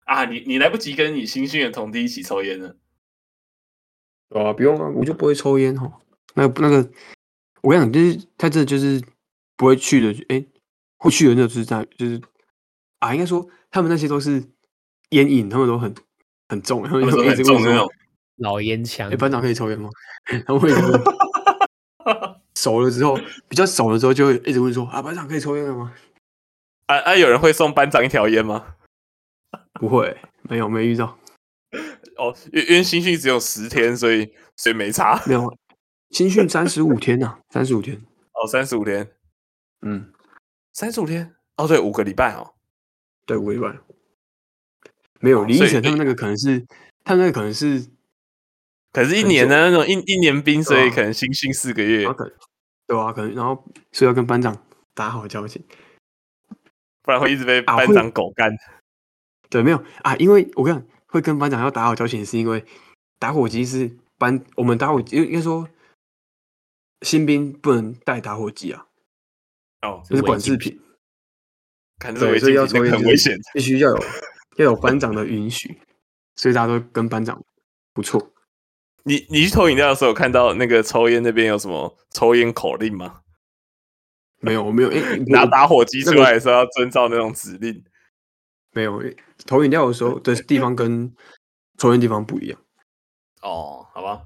Speaker 4: 啊！你你来不及跟你新训的同弟一起抽烟了，
Speaker 3: 啊，不用啊，我就不会抽烟哈。那个那个，我跟你讲，就是他这就是不会去的，哎、会去的那就是在就是啊，应该说他们那些都是烟瘾，他们都很很重，他
Speaker 4: 他
Speaker 3: 们
Speaker 4: 们
Speaker 3: 就
Speaker 4: 说
Speaker 3: 一
Speaker 4: 很
Speaker 3: 直
Speaker 4: 重
Speaker 3: 问
Speaker 4: 的那种
Speaker 3: 说，
Speaker 1: 老烟枪
Speaker 3: 哎、，班长可以抽烟吗？ 他们会一直问熟了之后，比较熟了之后就会一直问说啊，班长可以抽烟了吗？
Speaker 2: 啊啊！有人会送班长一条烟吗？
Speaker 3: 不会，没有没遇到，
Speaker 2: 哦，因为因为新训只有十天，所以所以没差。
Speaker 3: 没有。新训三十五天呐、啊，三十五天，
Speaker 2: 哦，三十五天，
Speaker 3: 嗯，
Speaker 2: 三十五天。哦，对，五个礼拜哦。
Speaker 3: 对，五个礼拜。没有
Speaker 2: 哦
Speaker 3: 林
Speaker 2: 所
Speaker 3: 依
Speaker 2: 以
Speaker 3: 晨他
Speaker 2: 你
Speaker 3: 们那个可能是，他们那个可能是，
Speaker 2: 可是，一
Speaker 3: 很
Speaker 2: 年
Speaker 3: 久
Speaker 2: 呢，那种一一年兵，所以
Speaker 3: 啊
Speaker 2: 可能新训四个月
Speaker 3: 然后，可能对啊，可能然后所以要跟班长打好交情。
Speaker 2: 不然会一直被
Speaker 3: 啊
Speaker 2: 班
Speaker 3: 会
Speaker 2: 长狗干。
Speaker 3: 对，没有啊，因为我跟你讲，会跟班长要打好交情，是因为打火机是班我们打火机应该说新兵不能带打火机啊，
Speaker 2: 哦，
Speaker 3: 这是
Speaker 1: 违
Speaker 3: 管
Speaker 1: 禁
Speaker 3: 制品，
Speaker 2: 看这
Speaker 3: 对，
Speaker 2: 违
Speaker 3: 所以
Speaker 2: 禁
Speaker 3: 要
Speaker 2: 品
Speaker 3: 抽
Speaker 2: 这
Speaker 3: 烟
Speaker 2: 个很
Speaker 3: 就是
Speaker 2: 危险。
Speaker 3: 必须要有要有班长的允许，所以大家都跟班长不错。
Speaker 2: 你你去投饮料的时候，有看到那个抽烟那边有什么抽烟口令吗？
Speaker 3: 没有，我没有， 哎、
Speaker 2: 拿
Speaker 3: 我
Speaker 2: 打火机出
Speaker 3: 那个
Speaker 2: 来的时候要遵照那种指令。
Speaker 3: 没有诶投饮料的时候的地方跟抽烟地方不一样，
Speaker 4: 哦，好吧。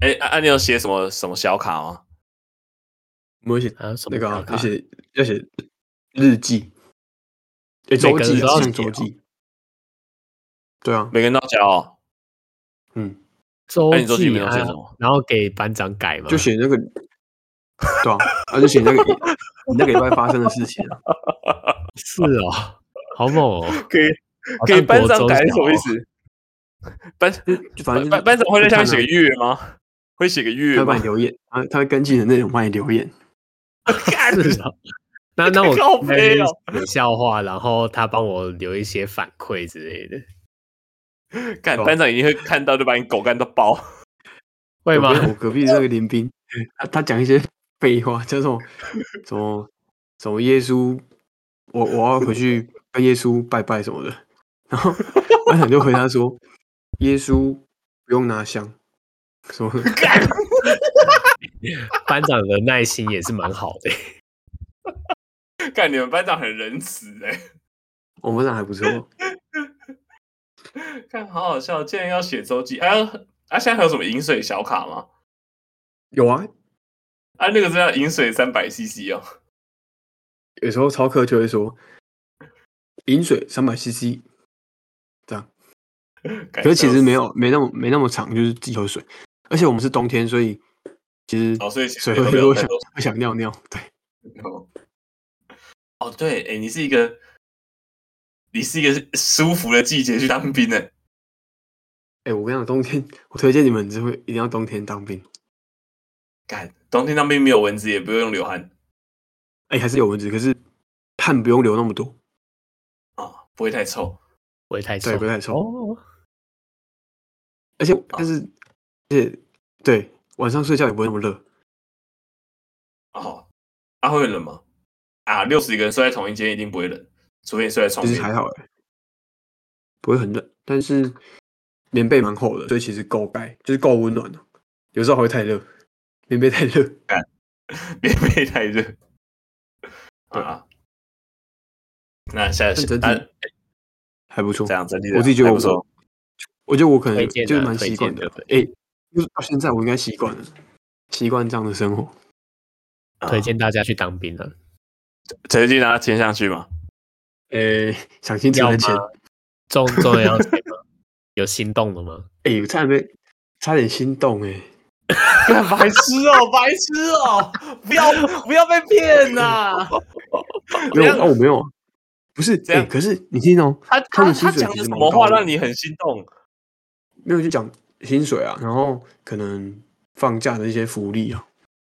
Speaker 4: 哎、
Speaker 2: 啊
Speaker 4: 安安、你有写什么什么小卡吗？
Speaker 3: 我们会写
Speaker 1: 还有什么
Speaker 3: 那个、
Speaker 1: 小
Speaker 3: 啊、
Speaker 1: 卡
Speaker 3: 要写要写日记，诶周
Speaker 1: 每个人
Speaker 3: 记啊
Speaker 1: 都要
Speaker 3: 像
Speaker 1: 写
Speaker 3: 周
Speaker 1: 哦
Speaker 3: 记，对啊，
Speaker 4: 每个人都交、哦，
Speaker 3: 嗯，
Speaker 1: 周
Speaker 4: 那
Speaker 2: 哎
Speaker 4: 你周记里面
Speaker 1: 啊
Speaker 4: 有写什么
Speaker 1: 然后给班长改嘛，
Speaker 3: 就写那个，对啊，啊就写那个你那个礼拜发生的事情啊，
Speaker 1: 是哦，好猛哦，
Speaker 2: 给
Speaker 1: 好像
Speaker 2: 给班
Speaker 1: 国
Speaker 2: 长
Speaker 1: 中
Speaker 2: 改是
Speaker 1: 小
Speaker 2: 什么意
Speaker 1: 哦？
Speaker 2: 思？班
Speaker 3: 就反正就是
Speaker 2: 班班长会在下面
Speaker 3: 看
Speaker 2: 写
Speaker 3: 啊
Speaker 2: 个月吗？会写个
Speaker 3: 他
Speaker 2: 月
Speaker 3: 会
Speaker 2: 吗
Speaker 3: 帮你？留言，啊他他会根据你的内容帮你留言，
Speaker 2: 干
Speaker 1: 是哦。那那我
Speaker 2: 靠
Speaker 1: 在那
Speaker 2: 背
Speaker 1: 边
Speaker 2: 哦
Speaker 1: 写笑话，然后他帮我留一些反馈之类的，
Speaker 2: 干
Speaker 4: 哦
Speaker 3: 对吧
Speaker 2: 班长一定会看到就把你狗干到 爆。
Speaker 1: 会吗
Speaker 3: 我？隔我隔壁那个林 斌，他他讲一些废话，叫什么什么什么耶稣，我我要回去跟耶稣拜拜什么的。然后班长就回他说：“耶稣不用拿香。”什么的？
Speaker 1: 班长的耐心也是蛮好的，
Speaker 4: 看你们班长很仁慈哎、
Speaker 3: 我们班长还不错，
Speaker 4: 看好好笑，竟然要写周记，还有啊，现在还有什么饮水小卡吗？
Speaker 3: 有啊，
Speaker 4: 啊，那个是要饮水三百 CC 哦，
Speaker 3: 有时候超课就会说饮水三百 CC，
Speaker 4: 可
Speaker 2: 哎
Speaker 3: 可是其实没有没那么没那么长，就是自己喝水。而且我们是冬天，所以其实
Speaker 4: 哦，所以其实
Speaker 3: 水
Speaker 4: 没
Speaker 3: 喝
Speaker 4: 有没有
Speaker 3: 一喝会
Speaker 4: 太
Speaker 3: 想
Speaker 4: 多
Speaker 3: 会想尿尿，对。
Speaker 4: 哦，哦对，哎，你是一个，你是一个舒服的季节去当兵的，
Speaker 3: 哎、我跟你讲，冬天我推荐你们只会一定要冬天当兵。
Speaker 4: 干，冬天当兵没有蚊子，也不用流汗
Speaker 3: 哎、还是有蚊子，可是汗不用流那么多，
Speaker 4: 啊、不会太臭。
Speaker 1: 不会太
Speaker 3: 对，
Speaker 1: 臭
Speaker 3: 不。会太臭。
Speaker 1: 哦，
Speaker 3: 而且但是，而且对晚上睡觉也不会那么热。
Speaker 4: 哦，啊会冷吗？啊，六十个人睡在同一间一定不会冷，除非你睡在床
Speaker 3: 其实还
Speaker 4: 边。
Speaker 3: 好哎、不会很冷，但是棉被蛮厚的，所以其实够盖，就是够温暖的。有时候还会太热，棉被太热。
Speaker 4: 别 被太热。 啊，那下
Speaker 3: 但
Speaker 4: 下
Speaker 3: 整体
Speaker 4: 啊
Speaker 3: 还不错
Speaker 4: 这。样整体
Speaker 3: 我自己觉得
Speaker 4: 还
Speaker 3: 我
Speaker 4: 不错。
Speaker 3: 我觉得我可能
Speaker 1: 推荐
Speaker 3: 就是
Speaker 1: 的
Speaker 3: 蛮
Speaker 1: 推
Speaker 3: 习惯
Speaker 1: 荐
Speaker 3: 的
Speaker 1: 的。
Speaker 3: 哎、就是到现在我应该习惯了，习惯这样的生活。
Speaker 4: 啊
Speaker 1: 推荐大家去当兵啊了，
Speaker 4: 陈俊拿签下去嘛？
Speaker 3: 哎、想清楚
Speaker 1: 要
Speaker 3: 的钱
Speaker 1: 吗，重重的要钱吗有有心动了吗？
Speaker 3: 哎、我差点被差点心动哎、
Speaker 2: 干白痴哦、白痴哦、不要不要被骗呐、
Speaker 1: 哦
Speaker 3: 没有
Speaker 2: 怎样
Speaker 3: 啊，我没有啊，不是
Speaker 2: 怎
Speaker 3: 哎、
Speaker 2: 样
Speaker 3: 可是你听哦，
Speaker 2: 他
Speaker 3: 他
Speaker 2: 他
Speaker 3: 们
Speaker 2: 他
Speaker 3: 薪水
Speaker 2: 讲
Speaker 3: 其
Speaker 2: 的
Speaker 3: 实
Speaker 2: 什
Speaker 3: 蛮
Speaker 2: 么
Speaker 3: 高
Speaker 2: 话
Speaker 3: 的
Speaker 2: 让你很心动？
Speaker 3: 没有就讲薪水啊，然后可能放假的一些福利啊，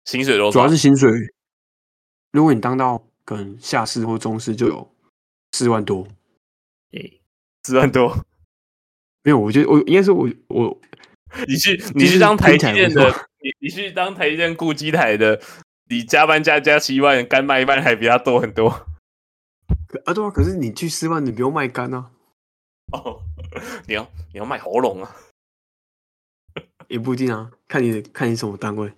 Speaker 2: 薪水多
Speaker 3: 主
Speaker 2: 少
Speaker 3: 要？是薪水。如果你当到可能下市或中市就有四万多，
Speaker 1: 诶，
Speaker 2: 四万多。
Speaker 3: 没有，我觉得我应该是我我
Speaker 2: 你去
Speaker 3: 就
Speaker 2: 你去
Speaker 3: 是
Speaker 2: 当台
Speaker 3: 听
Speaker 2: 积
Speaker 3: 起来
Speaker 2: 电
Speaker 3: 不
Speaker 2: 的
Speaker 3: 错，
Speaker 2: 你你去当台积电雇机台的，你加班加加七万，干卖一半还比他多很多。
Speaker 3: 可啊对啊，可是你去四万，你不用卖干啊，
Speaker 2: 哦，你要你要卖喉咙啊？
Speaker 3: 也不一定啊，看你的看你什么单位，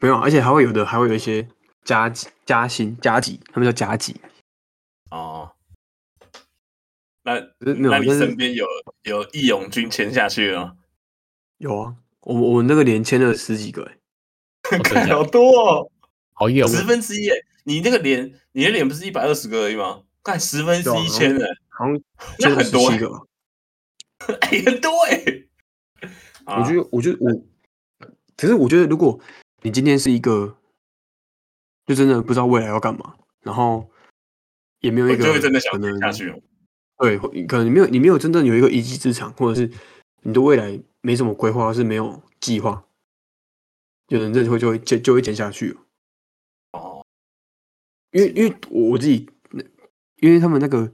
Speaker 3: 没有啊，而且还会有的还会有一些加级加薪加级，他们叫加级，
Speaker 2: 哦，那
Speaker 3: 可是没有
Speaker 2: 那
Speaker 3: 啊，
Speaker 2: 你
Speaker 3: 但是
Speaker 2: 身边有有义勇军签下去了 吗？
Speaker 3: 有啊，我们我们那个连签了十几个、欸，
Speaker 1: 哦真
Speaker 3: 啊
Speaker 1: 的假
Speaker 4: 好
Speaker 1: 的
Speaker 4: 多哦，
Speaker 1: 好 有
Speaker 4: 十分之一耶。你那个脸，你的脸不是一百二十个而已吗？看十分之
Speaker 3: 对啊
Speaker 4: 一千了，
Speaker 3: 好像
Speaker 4: 那
Speaker 3: 签了
Speaker 4: 很
Speaker 3: 十
Speaker 4: 多
Speaker 3: 七
Speaker 4: 欸
Speaker 3: 个吧。
Speaker 4: 哎，很多哎。啊
Speaker 3: 我觉得，我觉得我，可是我觉得，如果你今天是一个，就真的不知道未来要干嘛，然后也没有一
Speaker 4: 我
Speaker 3: 个
Speaker 4: 就会真的想
Speaker 3: 可能
Speaker 4: 签下去哦。
Speaker 3: 对，或可能你没有你没有真正有一个一技之长，或者是你的未来没什么规划，或是没有计划，有人认会就会就就会减下去了。
Speaker 4: 哦，
Speaker 3: 因为因为我我自己，那因为他们那个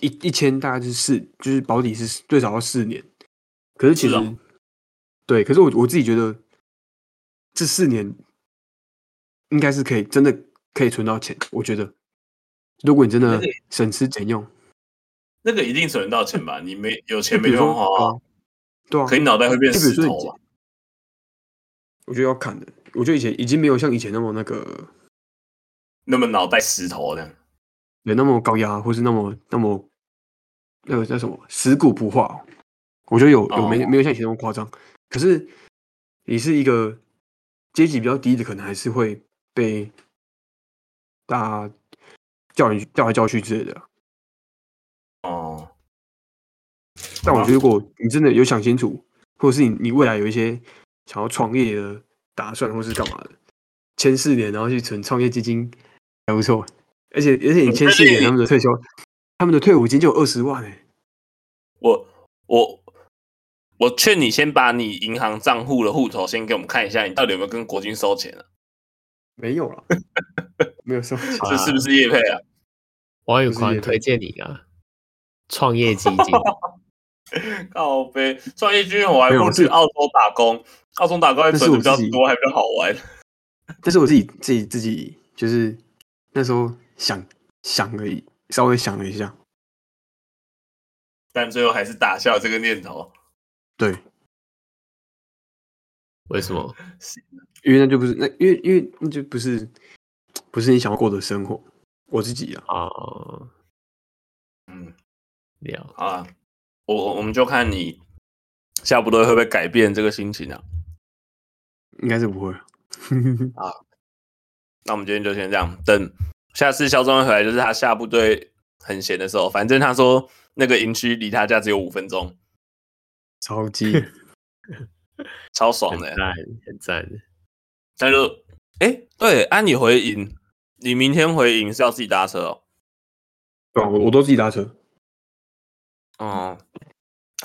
Speaker 3: 一一千大概就是四，就是保底是最少要四年，可是其
Speaker 4: 是
Speaker 3: 实、
Speaker 4: 哦
Speaker 3: 对，可是我我自己觉得这四年应该是可以真的可以存到钱，我觉得如果你真
Speaker 4: 那
Speaker 3: 的
Speaker 4: 个
Speaker 3: 省吃俭用，
Speaker 4: 那个一定存得到钱吧？你没有
Speaker 3: 就
Speaker 4: 钱
Speaker 3: 比
Speaker 4: 没
Speaker 3: 如
Speaker 4: 地
Speaker 3: 说
Speaker 4: 方花啊，
Speaker 3: 啊对啊，
Speaker 4: 可你脑袋会变
Speaker 3: 就比如
Speaker 4: 石
Speaker 3: 说
Speaker 4: 头啊
Speaker 3: 你
Speaker 4: 吧？
Speaker 3: 我觉得要看的，我觉得以前已经没有像以前那么那个
Speaker 4: 那么脑袋石头这样。
Speaker 3: 有那么高压，或是那么那么那个叫什么死骨不化哦、我觉得有有没没有像以前那么夸张，可是你是一个阶级比较低的，可能还是会被大家叫你叫来叫去之类的啊。
Speaker 4: 哦，
Speaker 3: 但我觉得如果你真的有想清楚，或者是你你未来有一些想要创业的打算，或是干嘛的，签四年然后去存创业基金还不错，而且嗯而且你签四年，他们的退休，他们的退伍金就有二十万哎、
Speaker 2: 我我我劝你先把你银行账户的户头先给我们看一下，你到底有没有跟国军收钱啊？
Speaker 3: 没有了，没有收钱。
Speaker 2: 这是不是叶配啊？
Speaker 1: 网友
Speaker 3: 不是
Speaker 1: 狂
Speaker 3: 业配
Speaker 1: 推荐你啊，创业基金，
Speaker 4: 靠呗，创业军我还
Speaker 3: 没
Speaker 4: 不
Speaker 3: 有
Speaker 4: 如
Speaker 3: 是
Speaker 4: 去澳洲打工，澳洲打工还
Speaker 3: 这是
Speaker 4: 存的
Speaker 3: 我
Speaker 4: 比较
Speaker 3: 自己
Speaker 4: 多，还比较好玩。
Speaker 3: 但是我自己自己自己就是那时候想想了一稍微想了一下，
Speaker 4: 但最后还是打消了这个念头。
Speaker 3: 对，
Speaker 1: 为什么？
Speaker 3: 因为那就不是那因为因为那就不是不是你想要过的生活。我自己啊，
Speaker 1: 哦，
Speaker 4: 嗯，
Speaker 1: 了，
Speaker 4: 好啊，
Speaker 2: 我我我们就看你下部队会不会改变这个心情啊？
Speaker 3: 应该是不会。
Speaker 2: 那我们今天就先这样，等下次肖中回来，就是他下部队很闲的时候，反正他说那个营区离他家只有五分钟，
Speaker 3: 超 级
Speaker 2: 超爽
Speaker 1: 很
Speaker 2: 的、欸
Speaker 1: 赞，很赞。
Speaker 2: 他就哎、对，安、你回营，你明天回营是要自己搭车哦。
Speaker 3: 对啊，我我都自己搭
Speaker 2: 嗯
Speaker 3: 车，
Speaker 2: 哦、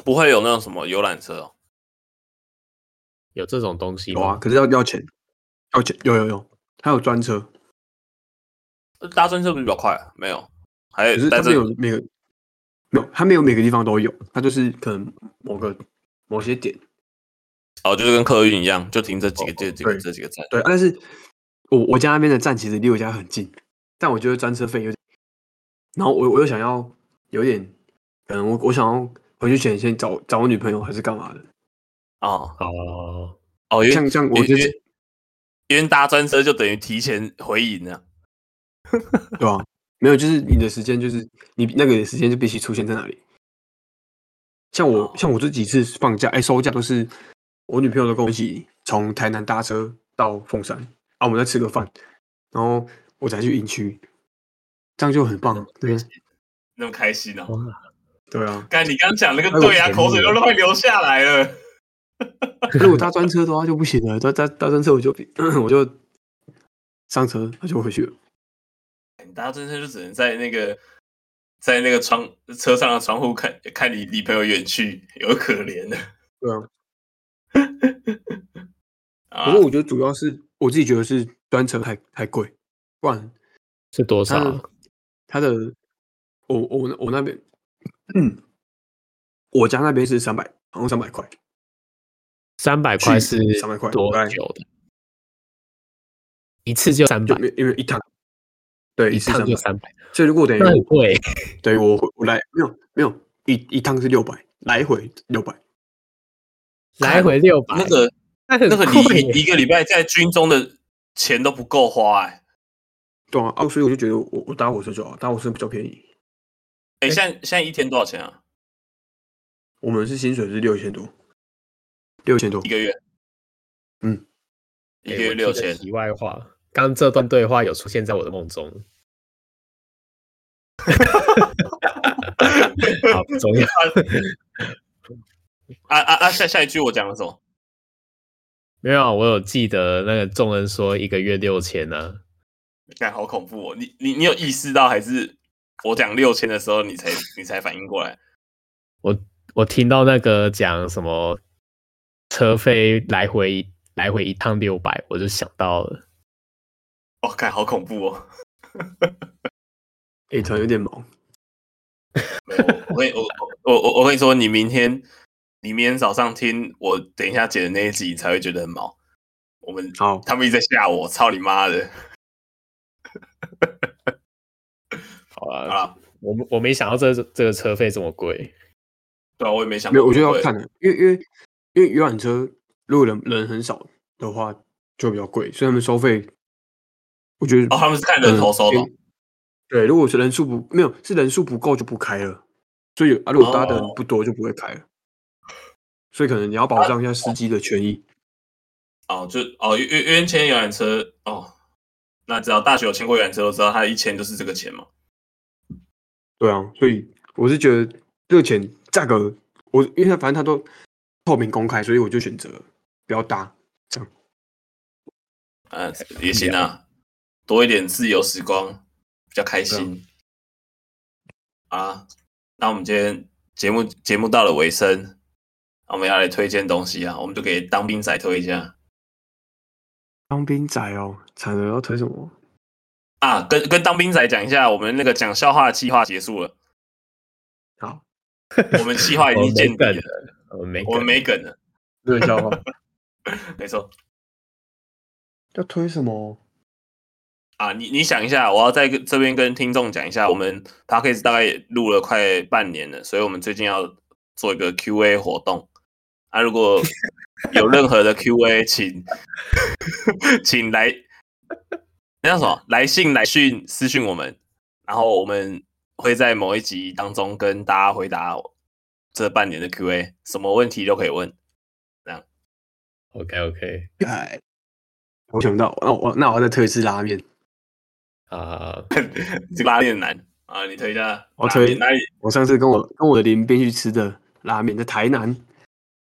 Speaker 2: 不会有那种什么游览车哦。
Speaker 1: 有这种东西
Speaker 3: 有啊，
Speaker 1: 吗？
Speaker 3: 可是要要钱，要钱，有有有，还有专车，
Speaker 2: 哦搭专车不是比较快、啊？没有，还
Speaker 3: 可是它
Speaker 2: 但
Speaker 3: 没
Speaker 2: 是
Speaker 3: 有每个没有，它没有每个地方都有，它就是可能某个某些点，
Speaker 2: 哦，就是跟客运一样，就停这几个、
Speaker 3: 哦
Speaker 2: 这几个、
Speaker 3: 对
Speaker 2: 这几个站。
Speaker 3: 对，啊但是我我家那边的站其实离我家很近，但我觉得专车费有点，然后我我又想要有点，可能我我想要回去前先找找我女朋友还是干嘛的，
Speaker 2: 哦
Speaker 1: 哦，
Speaker 2: 哦，因为
Speaker 3: 像像我
Speaker 2: 因为
Speaker 3: 就
Speaker 2: 因
Speaker 3: 是
Speaker 2: 为因为搭专车就等于提前回营啊了、
Speaker 3: 对吧、没有，就是你的时间就是你那个时间就必须出现在那里。像我、
Speaker 4: 哦
Speaker 3: 像我这几次放假，哎、收假都是我女朋友都跟我一起从台南搭车到凤山啊，我们再吃个饭，然后我才去营区，这样就很棒，对不对，
Speaker 4: 那么开心哦。
Speaker 1: 哇
Speaker 3: 对啊，
Speaker 2: 干，你刚讲那个对啊，
Speaker 1: 哎我
Speaker 2: 口水都快流下来了。
Speaker 3: 如果搭专车的话就不行了，搭搭搭专车我就 我就上车，他就回去了。
Speaker 2: 你搭真车就只能在那个在那个窗车上的窗户看看你离朋友远去，有可怜的
Speaker 3: 对 啊，
Speaker 2: 啊
Speaker 3: 不过！我觉得主要是我自己觉得是专车太太贵，不然
Speaker 1: 是多
Speaker 3: 他
Speaker 1: 少啊
Speaker 3: 的？他的，我我那我那边，嗯，我家那边是三百，好像三百块，
Speaker 1: 三百块是
Speaker 3: 去300块
Speaker 1: 多
Speaker 3: 大概
Speaker 1: 久的？一次就三
Speaker 3: 就
Speaker 1: 百，
Speaker 3: 没因为一趟，对，
Speaker 1: 一
Speaker 3: 次三
Speaker 1: 趟
Speaker 3: 百
Speaker 1: 就，三百，
Speaker 3: 所以如果等于
Speaker 1: 那很贵。
Speaker 3: 等于我回我来没有没有一一趟是六百，来回六百，
Speaker 1: 来回六百，
Speaker 2: 那个
Speaker 1: 那很
Speaker 2: 那个
Speaker 1: 贵
Speaker 2: 你一个礼拜在军中的钱都不够花哎、
Speaker 3: 对啊，啊，所以我就觉得我我搭火车就好，搭火车比较便宜，
Speaker 2: 哎、现在现在一天多少钱啊？
Speaker 3: 我们是薪水是六千多，六千多
Speaker 2: 一，个月？
Speaker 3: 嗯，
Speaker 2: 一个月六千。
Speaker 1: 题外话，刚这段对话有出现在我的梦中。好，不重要。
Speaker 2: 啊啊啊！下下一句我讲了什么？
Speaker 1: 没有啊，我有记得那个众人说一个月六千啊呢。
Speaker 2: 看好恐怖哦！你你你有意识到还是我讲六千的时候你才你才反应过来？
Speaker 1: 我听到那个讲什么车费来回来回一趟六百，我就想到了。
Speaker 2: 我、哦、看好恐怖哦！
Speaker 3: 哎，突然有点毛，
Speaker 2: 没有，我跟你我我我我跟你说，你明天你明天早上听我等一下剪的那一集，你才会觉得很毛。我们
Speaker 3: 好，
Speaker 2: 他们一直在吓我，操你妈的！
Speaker 1: 好
Speaker 2: 好啊
Speaker 1: 了，
Speaker 2: 啦，
Speaker 1: 我没我没想到这这个车费这么贵。
Speaker 2: 对啊，我也没想
Speaker 3: 没
Speaker 2: 过
Speaker 3: 有我
Speaker 2: 会，
Speaker 3: 觉得要看的，因为因为因为游览车如果人人很少的话就比较贵，所以他们收费，我觉得
Speaker 2: 哦，他们是看人头收的哦，
Speaker 3: 嗯对，如果是人数不没有是人数不够就不开了，所以啊，如果搭的人
Speaker 2: 哦
Speaker 3: 不多就不会开了，所以可能你要保障一下司机的权益。
Speaker 2: 哦，就哦，因因因为签游览车哦，那只要大学有签过游览车，都知道他一签就是这个钱嘛。
Speaker 3: 对啊，所以我是觉得这个钱价格，我因为它反正它都透明公开，所以我就选择不要搭。
Speaker 2: 嗯，也行啊，多一点自由时光比较开心。啊，那我们今天节目节目到了尾声，那我们要来推荐东西啊，我们就给当兵仔推一下
Speaker 3: 当兵仔哦，惨了，要推什么？
Speaker 2: 啊，跟跟当兵仔讲一下，我们那个讲笑话的计划结束了，
Speaker 3: 好，
Speaker 2: 我们计划已
Speaker 1: 我
Speaker 2: 经
Speaker 1: 哦没
Speaker 2: 见底
Speaker 1: 梗
Speaker 2: 了，
Speaker 1: 了，我呃没
Speaker 2: 我
Speaker 1: 梗
Speaker 2: 们没梗了，
Speaker 3: 热笑话。
Speaker 2: 没错
Speaker 3: 要推什么？
Speaker 2: 啊，你你想一下，我要在这边跟听众讲一下，我们 p a c a s e 大概也录了快半年了，所以我们最近要做一个 Q&A 活动啊，如果有任何的 Q&A，请 请来那叫什么来信来讯私讯我们，然后我们会在某一集当中跟大家回答这半年的 Q&A，什么问题都可以问。
Speaker 1: OK OK
Speaker 3: 哎，我想不到，那我那我要再推一次拉面。
Speaker 1: 啊，
Speaker 2: 这个拉链男啊，你推一下，
Speaker 3: 我
Speaker 2: 拉
Speaker 3: 推
Speaker 2: 链哪里？
Speaker 3: 我上次跟我跟我的邻边去吃的拉面，在台南，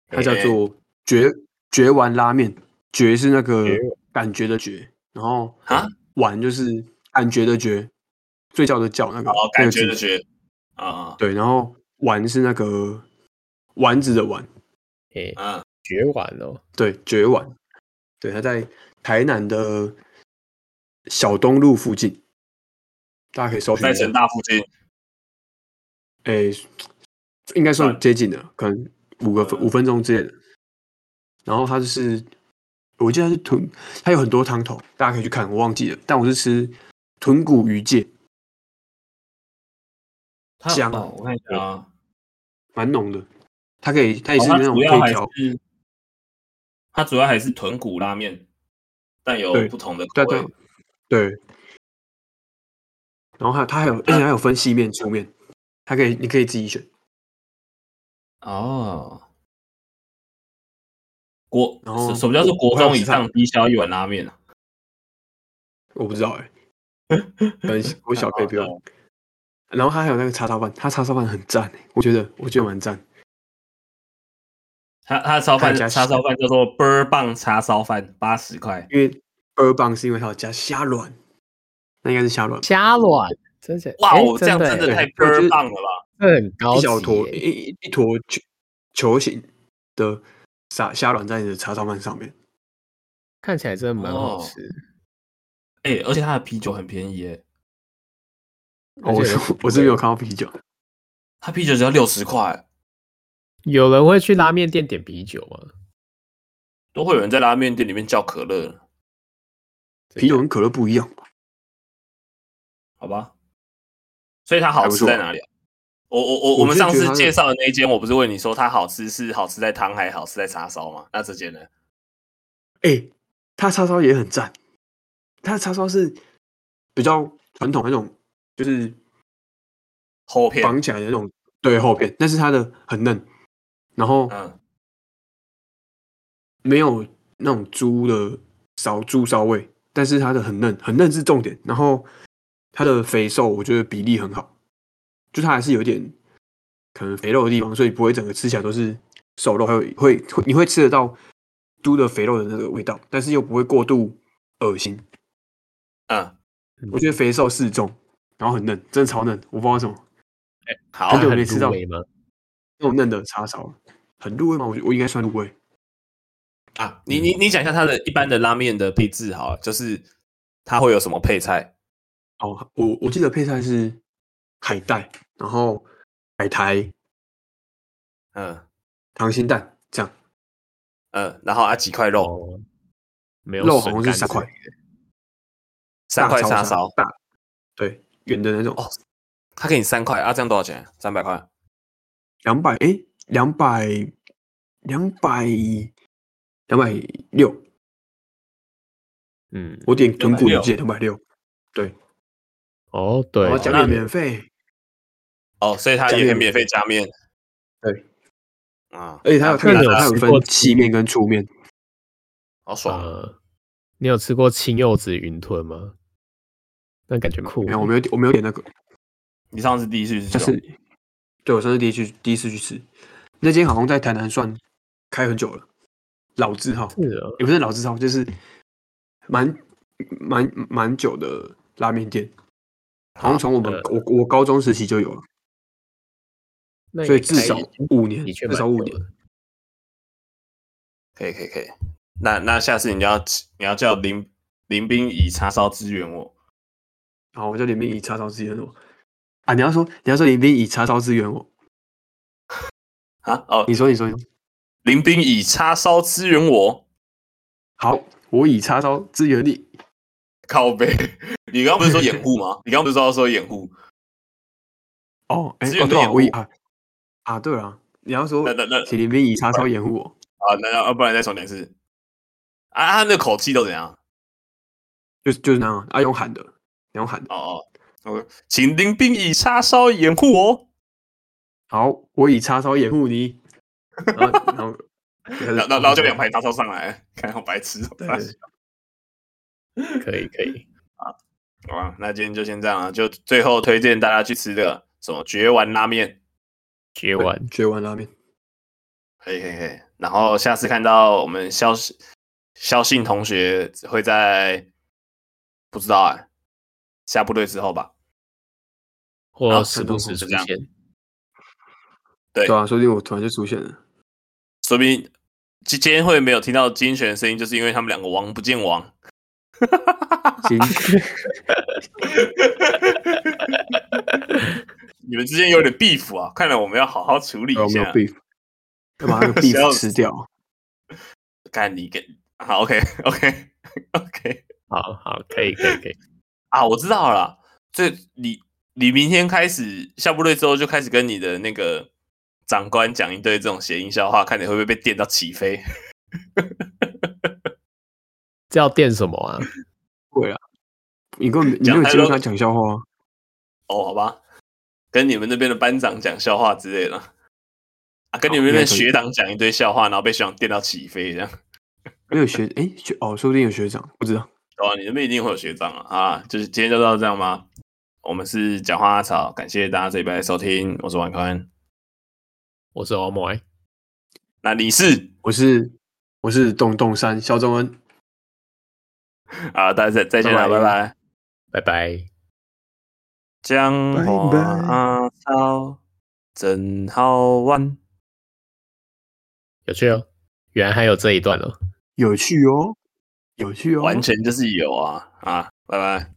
Speaker 3: 它叫
Speaker 2: 哎
Speaker 3: 做绝绝丸拉面，绝是那个
Speaker 1: 绝
Speaker 3: 感觉的觉，然后
Speaker 2: 啊
Speaker 3: 丸就是感觉的觉，睡觉的觉那个
Speaker 2: 哦，
Speaker 3: 那
Speaker 2: 感
Speaker 3: 个
Speaker 2: 觉
Speaker 3: 字
Speaker 2: 的觉啊
Speaker 3: 对，然后丸是那个丸子的丸，
Speaker 1: 诶、
Speaker 2: 啊。
Speaker 1: 绝完哦，
Speaker 3: 对，绝丸，对，它在台南的小东路附近，大家可以搜寻
Speaker 2: 在
Speaker 3: 一下
Speaker 2: 成，大附近，
Speaker 3: 诶、应该算
Speaker 2: 算嗯
Speaker 3: 接近的，可能五个分五分钟之类的。然后它就是，我记得它是豚，它有很多汤头，大家可以去看，我忘记了，但我是吃豚骨鱼介，
Speaker 2: 它
Speaker 3: 姜
Speaker 2: 哦我看一下啊，
Speaker 3: 蛮浓的。它可以，它也
Speaker 2: 哦
Speaker 3: 是
Speaker 2: 它
Speaker 3: 那种
Speaker 2: 主
Speaker 3: 可
Speaker 2: 要
Speaker 3: 以
Speaker 2: 还
Speaker 3: 调，
Speaker 2: 是它主要还是豚骨拉面，但有
Speaker 3: 对
Speaker 2: 不同的
Speaker 3: 对
Speaker 2: 口
Speaker 3: 对
Speaker 2: 味。
Speaker 3: 对。然后还有它还有，而且还有分细面、粗面，它可以你可以自己选。
Speaker 2: 哦，国
Speaker 3: 然后
Speaker 2: 什什么叫做国
Speaker 3: 我还有
Speaker 2: 中以
Speaker 3: 吃饭
Speaker 2: 上低消一碗拉面啊？
Speaker 3: 我不知道哎、欸，可能我小 K 不用。然后他还有那个叉烧饭，他叉烧饭很赞欸，我觉得我觉得蛮赞。
Speaker 2: 他他的烧
Speaker 3: 还
Speaker 2: 饭
Speaker 3: 有加
Speaker 2: 叉烧饭叫做倍儿棒叉烧饭，八十块。
Speaker 3: 因为二棒是因为它有加虾卵，那应该是虾卵吧，
Speaker 1: 虾卵，真的
Speaker 2: 哇，
Speaker 1: 诶
Speaker 2: 我这样
Speaker 1: 的
Speaker 2: 真的
Speaker 1: 诶
Speaker 2: 太
Speaker 3: 对
Speaker 2: 倍
Speaker 3: 我觉
Speaker 2: 儿
Speaker 3: 得
Speaker 2: 棒了吧？
Speaker 1: 这很高
Speaker 3: 一
Speaker 1: 级
Speaker 3: 小坨
Speaker 1: 耶，
Speaker 3: 一一一坨球球形的虾虾卵在你的叉烧饭上面，
Speaker 1: 看起来真的蛮好
Speaker 2: 哦
Speaker 1: 吃。
Speaker 2: 哎、而且他的啤酒很便宜耶，
Speaker 3: 哦、我
Speaker 1: 而且
Speaker 3: 是我是没有看到啤酒，
Speaker 2: 他啤酒只要六十块，
Speaker 1: 有人会去拉面店点啤酒吗？
Speaker 2: 都会有人在拉面店里面叫可乐，
Speaker 3: 啤酒跟可乐不一样吧？
Speaker 2: 好吧？所以它好
Speaker 3: 还不
Speaker 2: 吃
Speaker 3: 错
Speaker 2: 在哪里啊、我我我
Speaker 3: 我
Speaker 2: 我们
Speaker 3: 是
Speaker 2: 上
Speaker 3: 觉
Speaker 2: 次
Speaker 3: 得它的
Speaker 2: 介绍的那一间，我不是问你说它好吃是好吃在汤还好吃在叉烧吗？那这间呢？
Speaker 3: 哎、它叉烧也很赞，它的叉烧是比较传统那种，就是
Speaker 2: 厚片，
Speaker 3: 绑起来的那种，对厚片，但是它的很嫩，然后
Speaker 2: 嗯，
Speaker 3: 没有那种猪的烧猪烧味，但是它的很嫩，很嫩是重点。然后它的肥瘦，我觉得比例很好，就它还是有点可能肥肉的地方，所以不会整个吃起来都是瘦肉，还有会会你会吃得到猪的肥肉的那个味道，但是又不会过度恶心。
Speaker 2: 嗯，
Speaker 3: 我觉得肥瘦适中，然后很嫩，真的超嫩，我不知道为什么
Speaker 2: 好
Speaker 1: 它
Speaker 3: 很久
Speaker 1: 很
Speaker 3: 没吃到
Speaker 1: 入味吗？
Speaker 3: 那种嫩的叉烧很入味吗？我我应该算入味。
Speaker 2: 啊，
Speaker 5: 你你你讲一下它的一般的拉面的配置好了，就是它会有什么配菜？
Speaker 3: 哦，我我记得配菜是海带，然后海苔、
Speaker 2: 嗯
Speaker 3: 溏心蛋这样，
Speaker 5: 嗯，然后啊几块肉，
Speaker 1: 哦，没有
Speaker 3: 肉好
Speaker 1: 笋
Speaker 3: 像
Speaker 1: 干
Speaker 3: 是三
Speaker 1: 之
Speaker 3: 块
Speaker 1: 类的，
Speaker 5: 三
Speaker 3: 大
Speaker 5: 块
Speaker 3: 超
Speaker 5: 叉
Speaker 3: 商
Speaker 5: 烧，
Speaker 3: 大，对，圆的那种
Speaker 5: 哦，他给你三块啊，这样多少钱？三百块。
Speaker 3: 两百哎，两百两百两百六，
Speaker 1: 嗯，
Speaker 3: 我点
Speaker 2: 260
Speaker 3: 豚骨也记得两百六，
Speaker 1: 哦，
Speaker 3: 然
Speaker 1: 对
Speaker 3: 后，
Speaker 2: 讲
Speaker 3: 加
Speaker 2: 那
Speaker 3: 点免费，
Speaker 5: 哦，所以它
Speaker 3: 加
Speaker 5: 也可以
Speaker 3: 面
Speaker 5: 免费加面
Speaker 3: 对，
Speaker 5: 啊，
Speaker 3: 而且它有它
Speaker 1: 那你
Speaker 3: 有
Speaker 1: 有
Speaker 3: 它有
Speaker 1: 吃
Speaker 3: 分
Speaker 1: 过
Speaker 3: 细面跟粗面，
Speaker 5: 好爽啊。
Speaker 1: 呃，你有吃过青柚子云吞吗？那感觉酷
Speaker 3: 没。有我没有点我没有点那个，
Speaker 2: 你上次第一次去吃
Speaker 3: 但
Speaker 2: 哦，
Speaker 3: 是对我上次第一去第一次去吃，那间好像在台南算开很久了，老字号，
Speaker 1: 是啊，
Speaker 3: 也不是老字号，就是蛮蛮蛮久的拉面店，好像从我们
Speaker 1: 呃
Speaker 3: 我我高中时期就有了，
Speaker 1: 那
Speaker 3: 所以
Speaker 1: 你
Speaker 3: 至
Speaker 1: 开
Speaker 3: 少五年，
Speaker 1: 的确
Speaker 3: 至少
Speaker 1: 蛮
Speaker 3: 五
Speaker 1: 久
Speaker 3: 年
Speaker 1: 的。
Speaker 2: 可以可以可以。那那下次你要你要叫林林斌以叉烧支援我，
Speaker 3: 好，我叫林斌以叉烧支援我啊！你要说你要说林斌以叉烧支援我，
Speaker 2: 啊哦，
Speaker 3: 哦你说你说你说
Speaker 2: 林斌以叉烧支援我，
Speaker 3: 好，我以叉烧支援你。
Speaker 2: 靠背。你刚刚不是说掩护吗？你刚刚不是说说掩护？
Speaker 3: 哦，哎、
Speaker 2: 支援
Speaker 3: 哦
Speaker 2: 跟
Speaker 3: 对啊，
Speaker 2: 掩
Speaker 3: 我以
Speaker 2: 护
Speaker 3: 啊啊对啊，你要说
Speaker 2: 那那那
Speaker 3: 请林斌以叉烧掩护我，
Speaker 2: 啊，那要不然再重点是啊，他那口气都怎样？
Speaker 3: 就是就是那样啊，用喊的，你用喊的。
Speaker 2: 哦哦，我请林斌以叉烧掩护我。
Speaker 3: 好，我以叉烧掩 护你。然后然后
Speaker 2: 然后然后然后就两排叉烧上来，看好白痴哦。
Speaker 3: 对
Speaker 2: 好
Speaker 1: 可以可以，
Speaker 2: 吧，那今天就先这样了，就最后推荐大家去吃的什么绝丸拉面。
Speaker 1: 绝完
Speaker 3: 绝完拉面。
Speaker 2: 可以可以可以。然后下次看到我们肖肖信同学会在不知道哎、下部队之后吧。
Speaker 1: 或
Speaker 3: 啊
Speaker 2: 好
Speaker 1: 时不时
Speaker 2: 就
Speaker 1: 出
Speaker 2: 这样
Speaker 1: 现。
Speaker 2: 对
Speaker 3: 对啊，说不定我突然就出现 了。
Speaker 2: 说不定今今天会没有听到金选的声音，就是因为他们两个王不见王。
Speaker 3: 金
Speaker 2: 你们之间有点 beef 啊，看来我们要好好处理
Speaker 3: 有
Speaker 2: 一
Speaker 3: 啊没有
Speaker 2: 下。
Speaker 3: beef？要把那 个
Speaker 2: 笑
Speaker 3: beef 吃掉。
Speaker 2: 干你给好 OK OK OK
Speaker 1: 好好，可以可以可以，
Speaker 2: 啊，我知道了啦。最你你明天开始下部队之后就开始跟你的那个长官讲一堆这种谐音笑话，看你会不会被电到起飞。
Speaker 1: 这要垫什么啊？
Speaker 3: 对啊，你根本你没
Speaker 2: 讲
Speaker 3: 有
Speaker 2: 太
Speaker 3: 机会
Speaker 2: 多
Speaker 3: 跟他讲笑话啊。
Speaker 2: 哦，好吧，跟你们那边的班长讲笑话之类的，啊，跟你们
Speaker 3: 哦
Speaker 2: 那
Speaker 3: 应该
Speaker 2: 边
Speaker 3: 可以
Speaker 2: 学长讲一堆笑话，然后被学长电到起飞这样。
Speaker 3: 没有学哎学哦，说不定有学长不知道。
Speaker 2: 啊哦，你那边一定会有学长啊，啊，就是今天就到这样吗？我们是讲话阿草，感谢大家这礼拜的收听，我是王宽，
Speaker 1: 我是欧莫，
Speaker 2: 那你是
Speaker 3: 我是我是洞洞山肖宗恩。
Speaker 2: 啊，大家再再见了，
Speaker 3: 拜拜
Speaker 2: 拜拜。
Speaker 1: 拜拜。
Speaker 2: 讲
Speaker 3: 拜
Speaker 2: 话
Speaker 3: 拜
Speaker 2: 阿草真好玩。
Speaker 1: 有趣哦，原来还有这一段哦。
Speaker 3: 有趣哦，有趣哦，
Speaker 2: 完全就是有啊啊，拜拜。